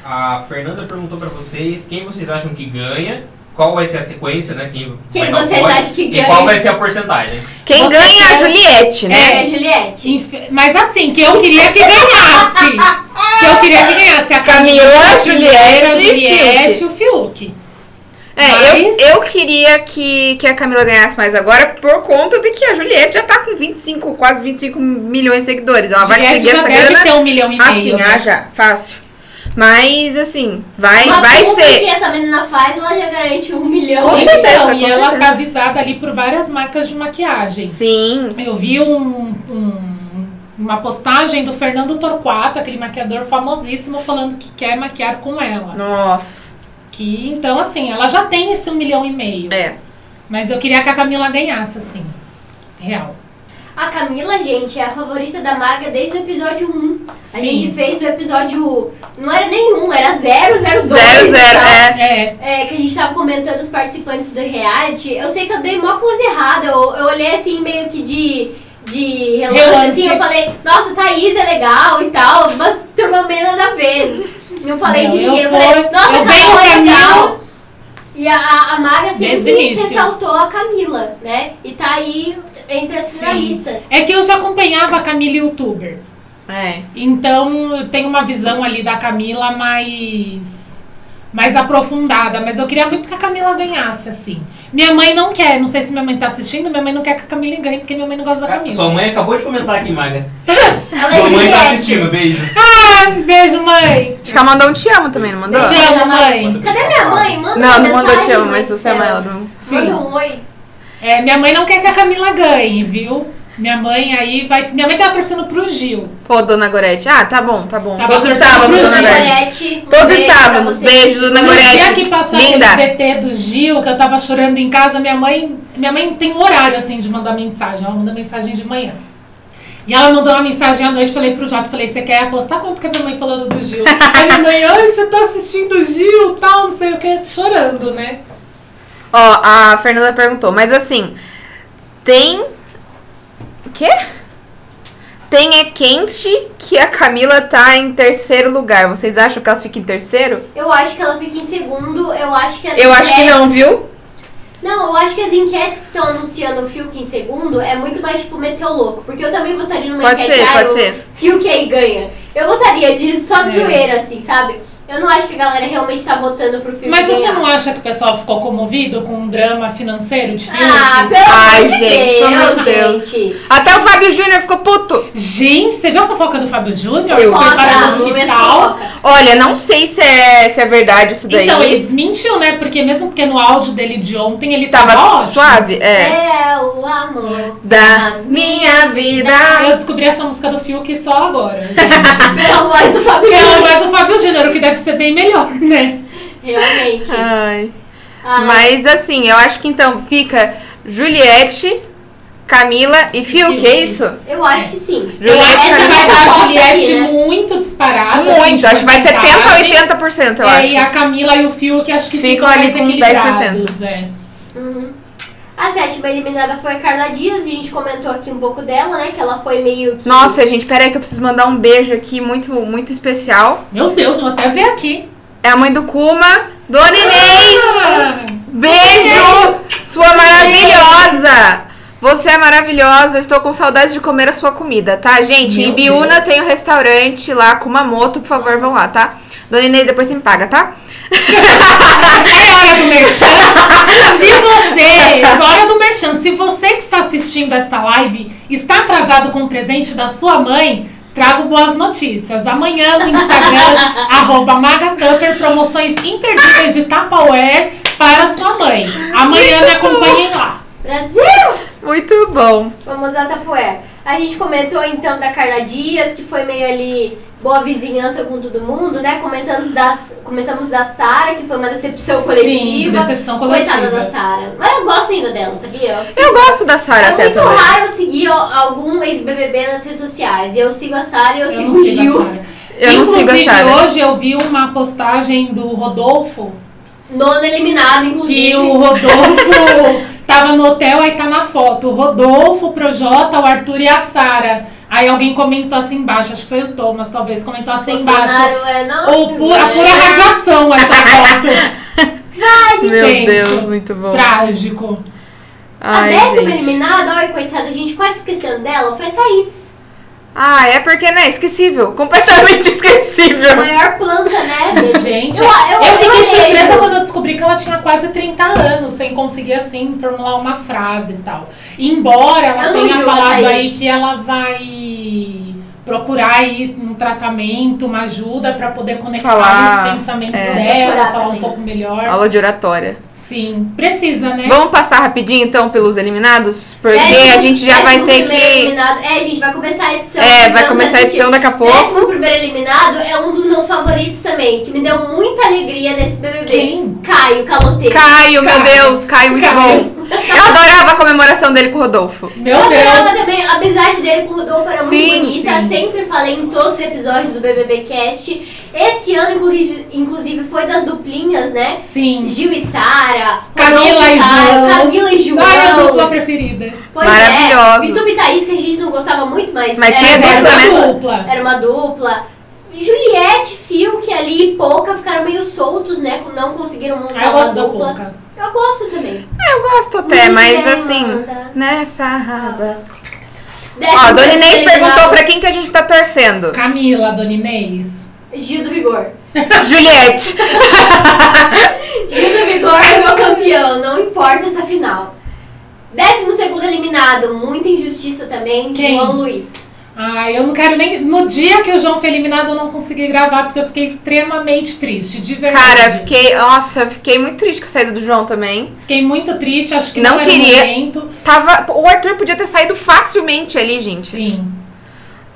S2: A Fernanda perguntou pra vocês quem vocês acham que ganha qual vai ser a sequência, né? Quem,
S1: Quem
S2: vai dar o
S1: vocês
S2: pódio
S1: acham que
S2: E qual
S1: ganha?
S2: vai ser a porcentagem?
S3: Quem
S4: Você
S3: ganha é a
S4: quer-
S3: Juliette, né?
S1: É, Juliette.
S4: Inf- Mas assim, que eu queria que ganhasse. que eu queria que ganhasse a
S3: Camila, Juliette,
S4: a Juliette, o Fiuk.
S3: É,
S4: Mas-
S3: eu, eu queria que, que a Camila ganhasse mais agora por conta de que a Juliette já tá com 25, quase 25 milhões de seguidores. Ela Ah, vai
S4: Juliette
S3: conseguir
S4: já
S3: essa
S4: deve
S3: grana
S4: ter um milhão e
S3: assim,
S4: meio. né?
S3: ah, já, fácil. Mas assim, vai,
S1: Uma
S3: vai
S1: culpa
S3: ser.
S1: que essa menina faz, ela já garante um milhão.
S3: Com
S1: hein?
S3: certeza.
S4: Então, e
S3: com
S4: ela
S3: certeza.
S4: tá avisada ali por várias marcas de maquiagem.
S3: Sim.
S4: Eu vi um- um- uma postagem do Fernando Torquato, aquele maquiador famosíssimo, falando que quer maquiar com ela.
S3: Nossa.
S4: Que então, assim, ela já tem esse um milhão e meio.
S3: É.
S4: Mas eu queria que a Camila ganhasse, assim. Real.
S1: A Camila, gente, é a favorita da Maga desde o episódio 1. A
S4: Sim.
S1: gente fez o episódio. Não era nenhum, era 002.
S3: Zero, zero,
S1: tá?
S3: é.
S4: É,
S1: É, que a gente tava comentando os participantes do reality, eu sei que eu dei mó close errado. Eu, eu olhei assim, meio que de, de relance,
S4: Relance.
S1: assim, eu falei, nossa, Thaís é legal e tal, mas turma meio nada a ver. Não falei
S4: Não,
S1: de
S4: eu
S1: ninguém, eu,
S4: fui-
S1: falei, nossa,
S4: eu
S1: Carol é
S4: venho pra
S1: legal. E a, a Maga
S4: Desde o
S1: sempre
S4: início.
S1: ressaltou a Camila, né? E tá aí entre as finalistas.
S4: é que eu já acompanhava a Camila youtuber.
S3: É.
S4: Então eu tenho uma visão ali da Camila mais mais aprofundada, mas eu queria muito que a Camila ganhasse assim. Minha mãe não quer, não sei se minha mãe tá assistindo, minha mãe não quer que a Camila ganhe porque minha mãe não gosta
S3: É,
S4: da Camila.
S2: Sua mãe acabou de comentar aqui, Maga.
S1: Ela é
S2: Sua mãe tá
S1: Juliette.
S2: assistindo, beijos.
S4: Ai, Ah, beijo, mãe.
S3: Acho que ela mandou um te amo também, não mandou?
S4: Te amo, mãe.
S1: Cadê minha mãe? Manda
S3: Não,
S1: uma
S3: não mandou
S1: mensagem,
S3: te amo,
S1: mãe
S3: mas
S1: do
S3: você é ama
S1: céu.
S3: ela. Não.
S4: Sim.
S1: Manda um oi.
S4: É, minha mãe não quer que a Camila ganhe, viu? Minha mãe aí vai, minha mãe tá torcendo pro Gil.
S3: Pô, Dona Gorete. Ah, tá bom, tá bom.
S4: Tava
S3: Todos
S4: torcendo
S3: estávamos,
S4: pro
S1: um
S3: Dona
S4: Gil.
S3: Gorete.
S1: Gorete.
S3: Todos estávamos. Beijo, Dona
S4: No dia é que
S3: Gorete.
S4: passou
S3: Linda.
S4: aquele BT do Gil, que eu tava chorando em casa, minha mãe, minha mãe tem um horário assim de mandar mensagem. Ela manda mensagem de manhã. E ela mandou uma mensagem à noite, falei pro Jato, falei, você quer apostar quanto que a minha mãe falando do Gil? Aí minha mãe, ai, você tá assistindo o Gil, tal, não sei o que, chorando, né?
S3: Ó, a Fernanda perguntou, mas assim, tem. Quê? Tem é quente que a Camila tá em terceiro lugar. Vocês acham que ela fica em terceiro?
S1: Eu acho que ela fica em segundo. Eu acho que as
S3: Eu acho que
S1: enquetes-
S3: não, viu?
S1: Não, eu acho que as enquetes que estão anunciando o Fiuk em segundo é muito mais tipo meter o louco. Porque eu também votaria numa
S3: Pode
S1: enquete.
S3: ser,
S1: ah,
S3: pode
S1: eu-
S3: ser.
S1: Fiuk aí ganha. Eu votaria de, só de
S4: É.
S1: zoeira, assim, sabe? Eu não acho que a galera realmente tá votando pro Fiuk
S4: Mas você
S1: ganhar.
S4: não acha que o pessoal ficou comovido com um drama financeiro de Fiuk?
S1: Ah, pelo
S3: Ai,
S1: amor de
S3: gente, pelo amor de Deus.
S1: gente.
S3: Até o Fábio Júnior ficou puto.
S4: Gente, você viu a fofoca do Fábio Júnior?
S3: Eu.
S4: Foi para
S1: Foca,
S4: o
S1: momento
S4: hospital.
S1: foca.
S3: Olha, não sei se é, se é verdade isso daí.
S4: Então, ele desmentiu, né? Porque mesmo porque no áudio dele de ontem ele tava,
S3: tava
S4: ótimo.
S3: suave? É.
S1: É o amor
S3: Da minha
S4: Ah, Eu
S3: vida.
S4: descobri essa música do Fiuk só agora. gente.
S1: Pela voz do
S4: Pelo
S1: Fabiano.
S4: mais o Fábio Júnior, o que deve ser bem melhor, né?
S1: Realmente.
S3: Ai.
S1: Ah,
S3: Mas assim, eu acho que então fica Juliette, Camila e Fiuk,
S4: Fiuk.
S3: é isso?
S1: Eu acho que sim.
S4: Eu
S3: Juliette
S4: acho que
S3: Carvalho.
S4: vai
S1: é a
S4: dar a
S1: proposta
S4: Juliette
S1: aqui, né?
S4: muito disparada. assim,
S3: Muito,
S4: de
S3: acho que vai 70
S4: porcentagem.
S3: a 80%, eu
S4: é,
S3: acho.
S4: E a Camila e o Fiuk acho que
S3: Ficam
S4: ficam,
S3: ali
S4: mais
S3: com uns
S4: equilibrados. É.
S1: Uhum. A sétima eliminada foi a Carla Dias, a gente comentou aqui um pouco dela, né? Que ela foi meio que.
S3: Nossa, gente, peraí que eu preciso mandar um beijo aqui muito, muito especial.
S4: Meu Deus, vou até ver aqui.
S3: É a mãe do Kuma, Dona Inês!
S4: Ah,
S3: Beijo! Sua maravilhosa! Você é maravilhosa, estou com saudade de comer a sua comida, tá, gente?
S4: Meu
S3: em Biúna
S4: Deus.
S3: tem um restaurante lá, Kumamoto, por favor, vão lá, tá? Dona Inês depois você me paga, tá?
S4: É hora do merchan. Se você, é hora do merchan, se você que está assistindo esta live está atrasado com o presente da sua mãe, trago boas notícias. Amanhã no Instagram, arroba MagaTupper, promoções imperdíveis de Tupperware para sua mãe. Amanhã me acompanhem lá.
S1: Brasil!
S3: Muito bom.
S1: Vamos a Tapué. A gente comentou então da Carla Dias, que foi meio ali boa vizinhança com todo mundo, né? Comentamos da, comentamos da Sara, que foi uma decepção
S4: Sim,
S1: coletiva.
S4: decepção coletiva.
S1: Coitada da Sara. Mas eu gosto ainda dela, sabia? Eu
S3: Eu gosto da Sara
S1: É
S3: até
S1: muito
S3: também.
S1: raro eu seguir al- algum ex-BBB nas redes sociais. E eu sigo a Sara e eu, sigo o
S4: não
S1: Gil.
S4: a Sara.
S3: Eu não sigo a
S4: Inclusive,
S3: Sara.
S4: hoje eu vi uma postagem do Rodolfo
S1: Nono eliminado, inclusive.
S4: Que o Rodolfo tava no hotel, aí tá na foto. O Rodolfo, o Projota, o Arthur e a Sara. Aí alguém comentou assim embaixo, acho que foi o Thomas, talvez, comentou assim embaixo.
S1: Bolsonaro é não.
S4: Ou pura, a pura
S1: é.
S4: radiação essa foto.
S1: verdade!
S3: Meu
S4: Pensa.
S3: Deus, muito bom.
S4: Trágico.
S1: a
S3: Ai,
S1: décima
S3: gente.
S1: eliminada, ai, coitada, a gente quase esquecendo dela, foi a Thaís.
S3: Ah, é porque, né? Esquecível. Completamente
S1: A
S3: esquecível.
S1: maior planta, né?
S4: Gente,
S1: Eu- eu- eu
S4: fiquei
S1: amei.
S4: surpresa quando eu descobri que ela tinha quase 30 anos, sem conseguir, assim, formular uma frase e tal. Embora ela
S1: Eu não
S4: tenha
S1: julgo a
S4: falado
S1: Thaís.
S4: aí que ela vai procurar aí um tratamento, uma ajuda pra poder conectar
S3: Falar,
S4: os pensamentos
S3: é.
S4: dela,
S1: Procurar
S4: falar um
S1: também.
S4: pouco melhor.
S3: Aula de oratória.
S4: Sim, precisa, né?
S3: Vamos passar rapidinho, então, pelos eliminados? Porque
S1: Décimo-
S3: a gente já vai
S1: décimo
S3: ter
S1: primeiro
S3: que...
S1: eliminado. É, gente, vai começar a edição.
S3: É, vai
S1: precisamos
S3: começar a
S1: assistir.
S3: edição daqui a pouco.
S1: Décimo primeiro eliminado é um dos meus favoritos também, que me deu muita alegria nesse BBB.
S4: Quem?
S1: Caio Caloteiro.
S3: Caio, meu
S4: Caio.
S3: Deus, Caio, muito
S4: Caio.
S3: bom. Eu adorava a comemoração dele com o Rodolfo.
S4: Meu
S1: eu adorava
S4: Deus.
S1: também, a amizade dele com o Rodolfo era
S3: Sim,
S1: muito bonita,
S4: sim.
S1: sempre falei em todos os episódios do BBB Cast. Esse ano, inclusive, inclusive foi das duplinhas, né?
S4: Sim.
S1: Gil e Sara,
S4: Camila
S1: Rodolfo
S4: e
S1: Caio,
S4: João.
S1: Camila e João.
S4: Ai, a dupla preferida.
S1: Pois
S3: Maravilhosos.
S1: É. Vitor e Thaís, que a gente não gostava muito, mas,
S3: Mas tinha
S1: era,
S4: Era
S3: dupla, né?
S4: uma dupla.
S1: era uma dupla. Juliette, Fiuk ali e Pouca ficaram meio soltos, né? Não conseguiram montar
S4: Ah, eu
S1: uma
S4: gosto da
S1: dupla.
S4: boca.
S1: Eu gosto também.
S3: Eu gosto até, mas
S1: Ninguém
S3: assim...
S1: manda.
S3: Nessa raba...
S1: Décimo
S3: Ó, a Dona
S1: terceiro
S3: Inês perguntou
S1: eliminado,
S3: pra quem que a gente tá torcendo.
S4: Camila, Dona Inês.
S1: Gil do Vigor.
S3: Juliette.
S1: Gil do Vigor é meu campeão, não importa essa final. Décimo segundo eliminado, muita injustiça também,
S4: Quem?
S1: João Luiz.
S4: Ai, eu não quero nem. No dia que o João foi eliminado, eu não consegui gravar, porque eu fiquei extremamente triste, de verdade.
S3: Cara, fiquei... Nossa, fiquei muito triste com a saída do João também.
S4: Fiquei muito triste, acho que
S3: Não
S4: não, era o
S3: queria.
S4: momento.
S3: Tava, o Arthur podia ter saído facilmente ali, gente.
S4: Sim.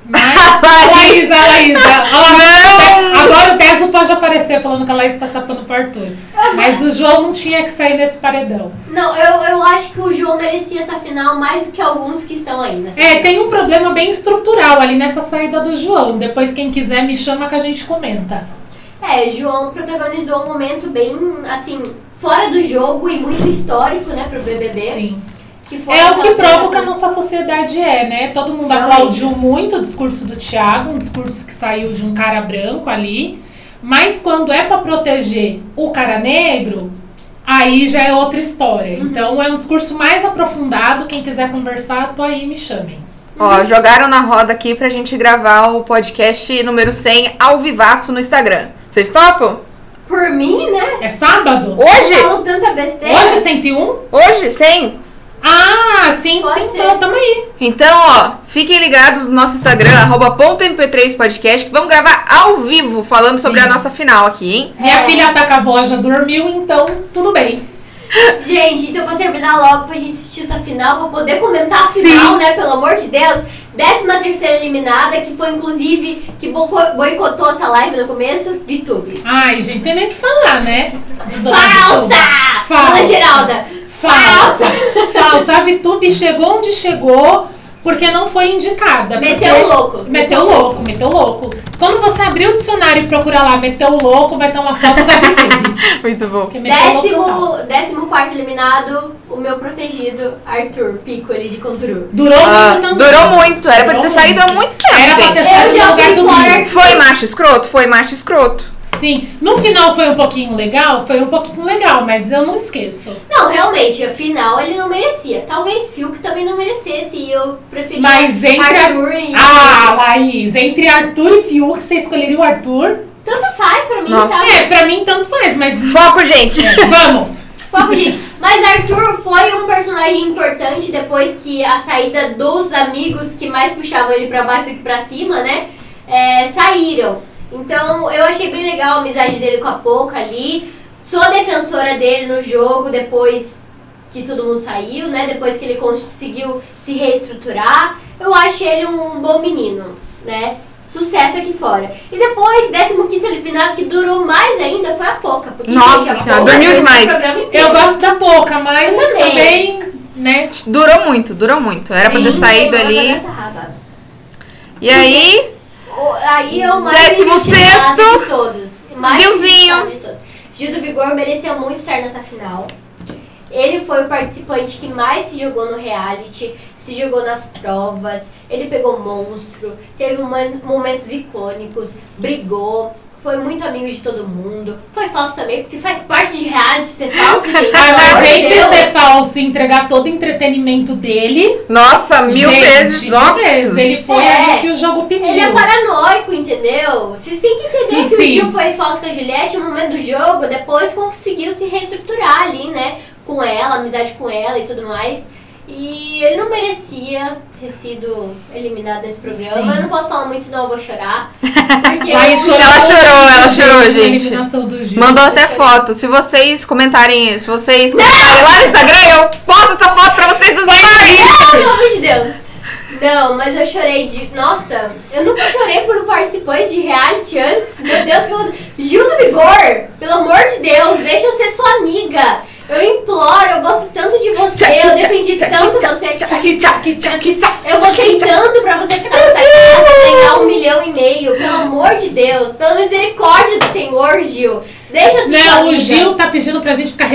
S3: Laís.
S4: Laísa, Laísa. A Laís-
S3: Não.
S4: Agora o Tezo pode aparecer falando que a Laís passa pano pro Arthur. Mas o João não tinha que sair nesse paredão.
S1: Não, eu, eu acho que o João merecia essa final mais do que alguns que estão aí. nessa
S4: É, tem um problema bem estrutural ali nessa saída do João. Depois, quem quiser, me chama que a gente comenta.
S1: É, João protagonizou um momento bem, assim, fora do jogo e muito histórico, né, pro BBB.
S4: Sim.
S1: Que foi
S4: É o que
S1: aquela
S4: prova que a
S1: coisa-
S4: nossa sociedade é, né? Todo mundo
S1: Realmente.
S4: aplaudiu muito o discurso do Thiago, um discurso que saiu de um cara branco ali. Mas quando é pra proteger o cara negro, aí já é outra história.
S1: Uhum.
S4: Então é um discurso mais aprofundado. Quem quiser conversar, tô aí, me chamem. Uhum.
S3: Ó, jogaram na roda aqui pra gente gravar o podcast número 100 ao vivaço no Instagram. Vocês topam?
S1: Por mim, né,
S4: É sábado?
S3: Hoje?
S1: falou tanta besteira.
S4: Hoje 101?
S3: Hoje? 100?
S4: Ah, sim,
S1: Pode
S4: sim,
S1: ser.
S4: tô, tamo aí.
S3: Então, ó, fiquem ligados no nosso Instagram, arroba ponto mp3 podcast, que vamos gravar ao vivo falando sobre
S4: Sim.
S3: a nossa final aqui, hein?
S4: Minha
S1: É.
S4: filha tá com a avó, já dormiu, então tudo bem.
S1: Gente, então pra terminar logo, pra gente assistir essa final, pra poder comentar a
S3: Sim.
S1: final, né, pelo amor de Deus. Décima terceira eliminada, que foi, inclusive, que boico- boicotou essa live no começo, Vitube.
S4: Ai, gente, tem nem o que falar, né? De dona
S1: Falsa!
S4: Vitória.
S1: Fala, Geralda.
S4: Falsa! Falsa! A Vitube chegou onde chegou porque não foi indicada.
S1: Meteu o louco.
S4: porque- Meteu louco, meteu louco. Quando você abrir o dicionário e procurar lá, meteu louco, vai ter uma foto da Vitube.
S3: Muito bom.
S4: porque meteu louco total.
S1: Décimo, décimo quarto eliminado, o meu protegido, Arthur Pico, ele de Conturu.
S4: Durou
S3: Ah,
S4: muito também.
S3: durou muito, era pra
S4: Durou
S3: ter saído há
S4: muito.
S3: muito tempo,
S4: Era pra ter
S3: gente.
S4: saído
S1: Eu já
S4: no lugar
S1: fui
S4: do
S1: fora.
S4: Miro.
S3: Foi macho escroto? Foi macho escroto.
S4: Sim. No final foi um pouquinho legal? Foi um pouquinho legal, mas eu não esqueço.
S1: Não, realmente, afinal ele não merecia. Talvez Fiuk também não merecesse e eu preferia
S4: Mas entre a-
S1: Arthur e...
S4: Ah, Laís, entre Arthur e Fiuk, você escolheria o Arthur?
S1: Tanto faz pra mim,
S3: Nossa.
S1: sabe?
S4: É, pra mim tanto faz, mas
S3: Foco, gente!
S4: vamos.
S1: Foco, gente. Mas Arthur foi um personagem importante depois que a saída dos amigos que mais puxavam ele pra baixo do que pra cima, né? é, saíram. Então eu achei bem legal a amizade dele com a Pouca ali. Sou defensora dele no jogo depois que todo mundo saiu, né? Depois que ele conseguiu se reestruturar. Eu acho ele um bom menino, né? Sucesso aqui fora. E depois, 15 eliminado, que durou mais ainda, foi a Pouca. porque, é
S3: Nossa
S1: gente, a
S3: senhora,
S1: Pouca
S3: dormiu
S1: durou o
S3: demais.
S1: programa inteiro.
S4: Eu gosto da pouca, mas
S1: Eu também.
S4: também, né?
S3: Durou muito, durou muito. Era pra ter
S1: Sim,
S3: saído
S1: eu
S3: ali.
S1: adoro essa raba.
S3: E aí,
S1: O- Aí é o mais
S3: Décimo
S1: injustiçado
S3: sexto.
S1: de todos. O Mais
S3: Gilzinho.
S1: injustiçado de todos. Gil do Vigor merecia muito estar nessa final. Ele foi o participante que mais se jogou no reality, se jogou nas um provas, ele pegou monstro, teve mo- momentos icônicos, brigou, foi muito amigo de todo mundo. Foi falso também, porque faz parte de reality ser falso, gente.
S3: Tá,
S4: Ah,
S1: pelo amor
S4: mas
S1: de
S4: entre
S1: Deus.
S4: ser falso e entregar todo o entretenimento dele.
S3: Nossa, mil
S4: gente,
S3: vezes.
S4: mil
S3: Nossa.
S4: vezes. Ele foi
S1: É.
S4: ali que o jogo pediu.
S1: Ele é paranoico, entendeu? Vocês têm que entender que
S4: Sim.
S1: o Gil foi falso com a Juliette no momento do jogo, depois conseguiu se reestruturar ali, né? Com ela, amizade com ela e tudo mais. E ele não merecia ter sido eliminado nesse programa.
S4: Sim.
S1: Eu não posso falar muito, senão eu vou chorar. Porque
S4: Aí
S1: eu-
S4: chorou
S3: Ela chorou, ela chorou,
S4: na
S3: gente.
S4: eliminação do Gil.
S3: Mandou até foto. Se vocês comentarem, se vocês comentarem lá no Instagram, eu posto essa foto pra vocês dos
S1: Ai, Pelo amor de Deus. Não, mas eu chorei de. Nossa, eu nunca chorei por um participante de reality antes. Meu Deus, que eu vou. Gil do Vigor, pelo amor de Deus, deixa eu ser sua amiga. Eu imploro, eu gosto tanto de você, eu defendi tanto você. Eu botei tanto pra você ficar nessa casa, ganhar um milhão e meio. Pelo amor de Deus, pela misericórdia do Senhor, Gil. Deixa eu ser sua
S4: Não, o
S1: amiga.
S4: Gil tá pedindo pra gente ficar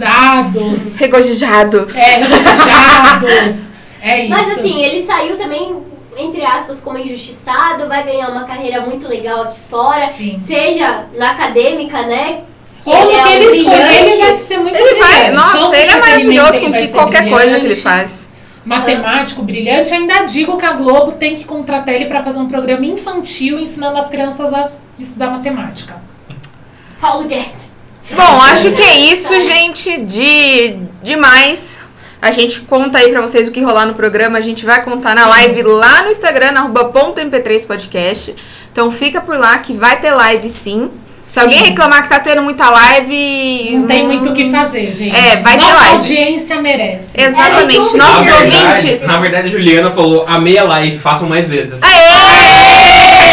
S4: regozijados.
S3: Regozijado.
S4: É, regozijados. É isso.
S1: Mas assim, ele saiu também, entre aspas, como injustiçado, vai ganhar uma carreira muito legal aqui fora.
S4: Sim.
S1: Seja na acadêmica, né?
S4: Ou no que
S1: é
S4: ele
S1: um
S4: escolher, ele vai
S1: brilhante.
S4: ser muito
S3: Ele vai,
S4: brilhante. Ou no
S3: nossa, ele é
S4: entretenimento
S3: maravilhoso com
S4: ele né, vai
S3: que
S4: ser
S3: qualquer coisa que ele
S4: brilhante.
S3: faz.
S4: Matemático, brilhante. Ainda digo que a Globo tem que contratar ele pra fazer um programa infantil ensinando as crianças a estudar matemática.
S1: Paulo Guedes.
S3: Bom, acho que é isso, gente, de demais. A gente conta aí pra vocês o que rolar no programa. A gente vai contar na
S4: Sim.
S3: live lá no Instagram, na arroba ponto .mp3 podcast. Então fica por lá que vai ter live sim. Se alguém
S4: Sim.
S3: reclamar que tá tendo muita live.
S4: Não tem muito o que fazer, gente.
S3: Hum. É, vai ter
S4: Nossa
S3: live.
S4: audiência merece.
S1: É,
S3: Exatamente.
S1: então-
S3: Nossos
S2: na verdade,
S3: ouvintes. Ah.
S2: Na verdade, a Juliana falou, amei a live, façam mais vezes.
S3: Aê!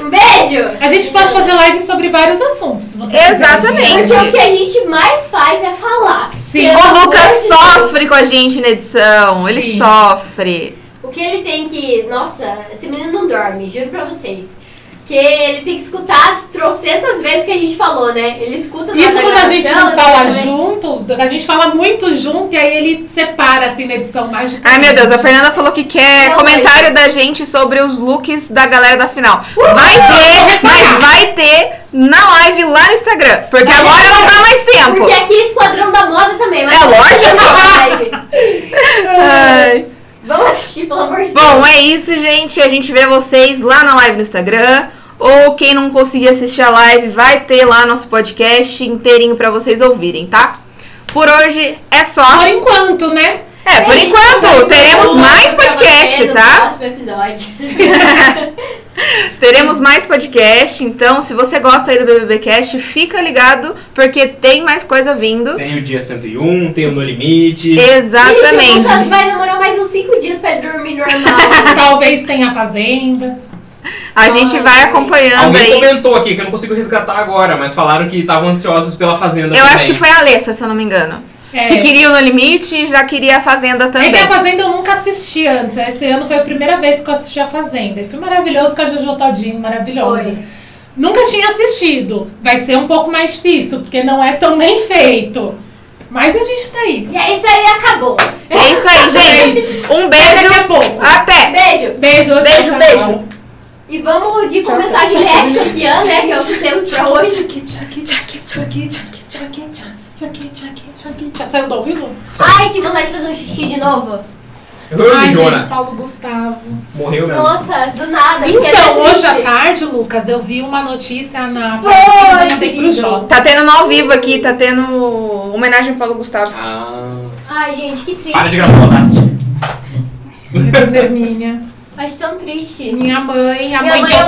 S1: Um beijo!
S4: A gente pode fazer live sobre vários assuntos. se você quiser,
S3: Exatamente.
S1: Porque
S4: gente.
S1: o que a gente mais faz é falar.
S4: Sim.
S1: Pelo
S3: O Lucas
S1: amor de Deus.
S3: sofre com a gente na edição. Ele
S4: Sim.
S3: sofre.
S1: O que ele tem que. Nossa, esse menino não dorme, juro pra vocês. Que ele tem que escutar trocentas vezes que a gente falou, né? Ele escuta na-
S4: Isso
S1: na
S4: quando a gente
S1: gravação,
S4: não fala
S1: né?
S4: junto, a gente fala muito junto e aí ele separa assim na edição mágica.
S3: Ai meu Deus, a Fernanda falou que quer
S1: Não,
S3: comentário da gente sobre os looks da galera da final. Vai ter, mas vai ter na live lá no Instagram. Porque
S1: Vai
S3: agora
S1: ter.
S3: não dá mais tempo.
S1: Porque aqui é Esquadrão da Moda também, mas
S3: É lógico.
S1: lógico!
S3: Ai.
S1: Vamos assistir, pelo amor de Deus.
S3: Bom, é isso, gente. A gente vê vocês lá na live no Instagram. Ou quem não conseguir assistir a live, vai ter lá nosso podcast inteirinho pra vocês ouvirem, tá? Por hoje é só.
S4: Por enquanto, né?
S3: É, por
S1: A gente vai
S3: enquanto,
S1: dar
S3: teremos
S1: um beijo
S3: mais
S1: pra você
S3: podcast,
S1: no
S3: tá?
S1: Próximo episódio.
S3: Teremos mais podcast, então se você gosta aí do BBBcast, fica ligado, porque tem mais coisa vindo.
S2: Tem o dia 101, tem o No Limite.
S1: Gente, o
S3: Exatamente.
S1: Lucas vai demorar mais uns 5 dias pra ele dormir normal.
S4: Talvez tenha fazenda.
S3: A gente vai acompanhando
S2: Alguém
S3: aí.
S2: comentou aqui, que eu não consigo resgatar agora, mas falaram que estavam ansiosos pela Fazenda
S3: Eu
S2: também.
S3: acho que foi a Alessa, se eu não me engano.
S4: É.
S3: Que queria o No Limite e já queria a Fazenda
S4: É que a
S3: também.
S4: Fazenda eu nunca assisti antes. Esse ano foi a primeira vez que eu assisti a Fazenda. E foi maravilhoso com a Jojo Todinho, maravilhosa.
S1: Foi.
S4: Nunca tinha assistido. Vai ser um pouco mais difícil, porque não é tão bem feito. Mas a gente tá aí.
S1: e é isso aí, acabou.
S3: É isso aí, gente. Um beijo.
S4: Daqui a pouco.
S3: Até.
S1: Beijo.
S4: Beijo, tchau,
S3: Beijo,
S4: tchau.
S3: beijo.
S1: E vamos de comentário de reaction piano, né? Que é o que temos pra hoje.
S4: Já saiu do ao vivo?
S1: Ai, que vontade de fazer um xixi de novo.
S2: Eu,
S4: Ai,
S2: Jona,
S4: gente, Paulo Gustavo.
S2: Hum, morreu mesmo.
S1: Nossa, do nada. fiquei até
S4: Então, hoje à
S1: é triste.
S4: tarde, Lucas, eu vi uma notícia na
S1: Foi,
S4: eu mandei pro
S1: querido.
S4: Jota.
S3: Tá tendo no ao vivo aqui, tá tendo homenagem ao Paulo Gustavo.
S4: tá.
S2: Ah,
S1: Ai, gente, que triste.
S2: para de gravar o Last.
S4: Minha Minha
S1: Acho tão triste.
S2: né?
S4: mãe,
S1: Minha
S4: a mãe
S1: mãe
S4: que eu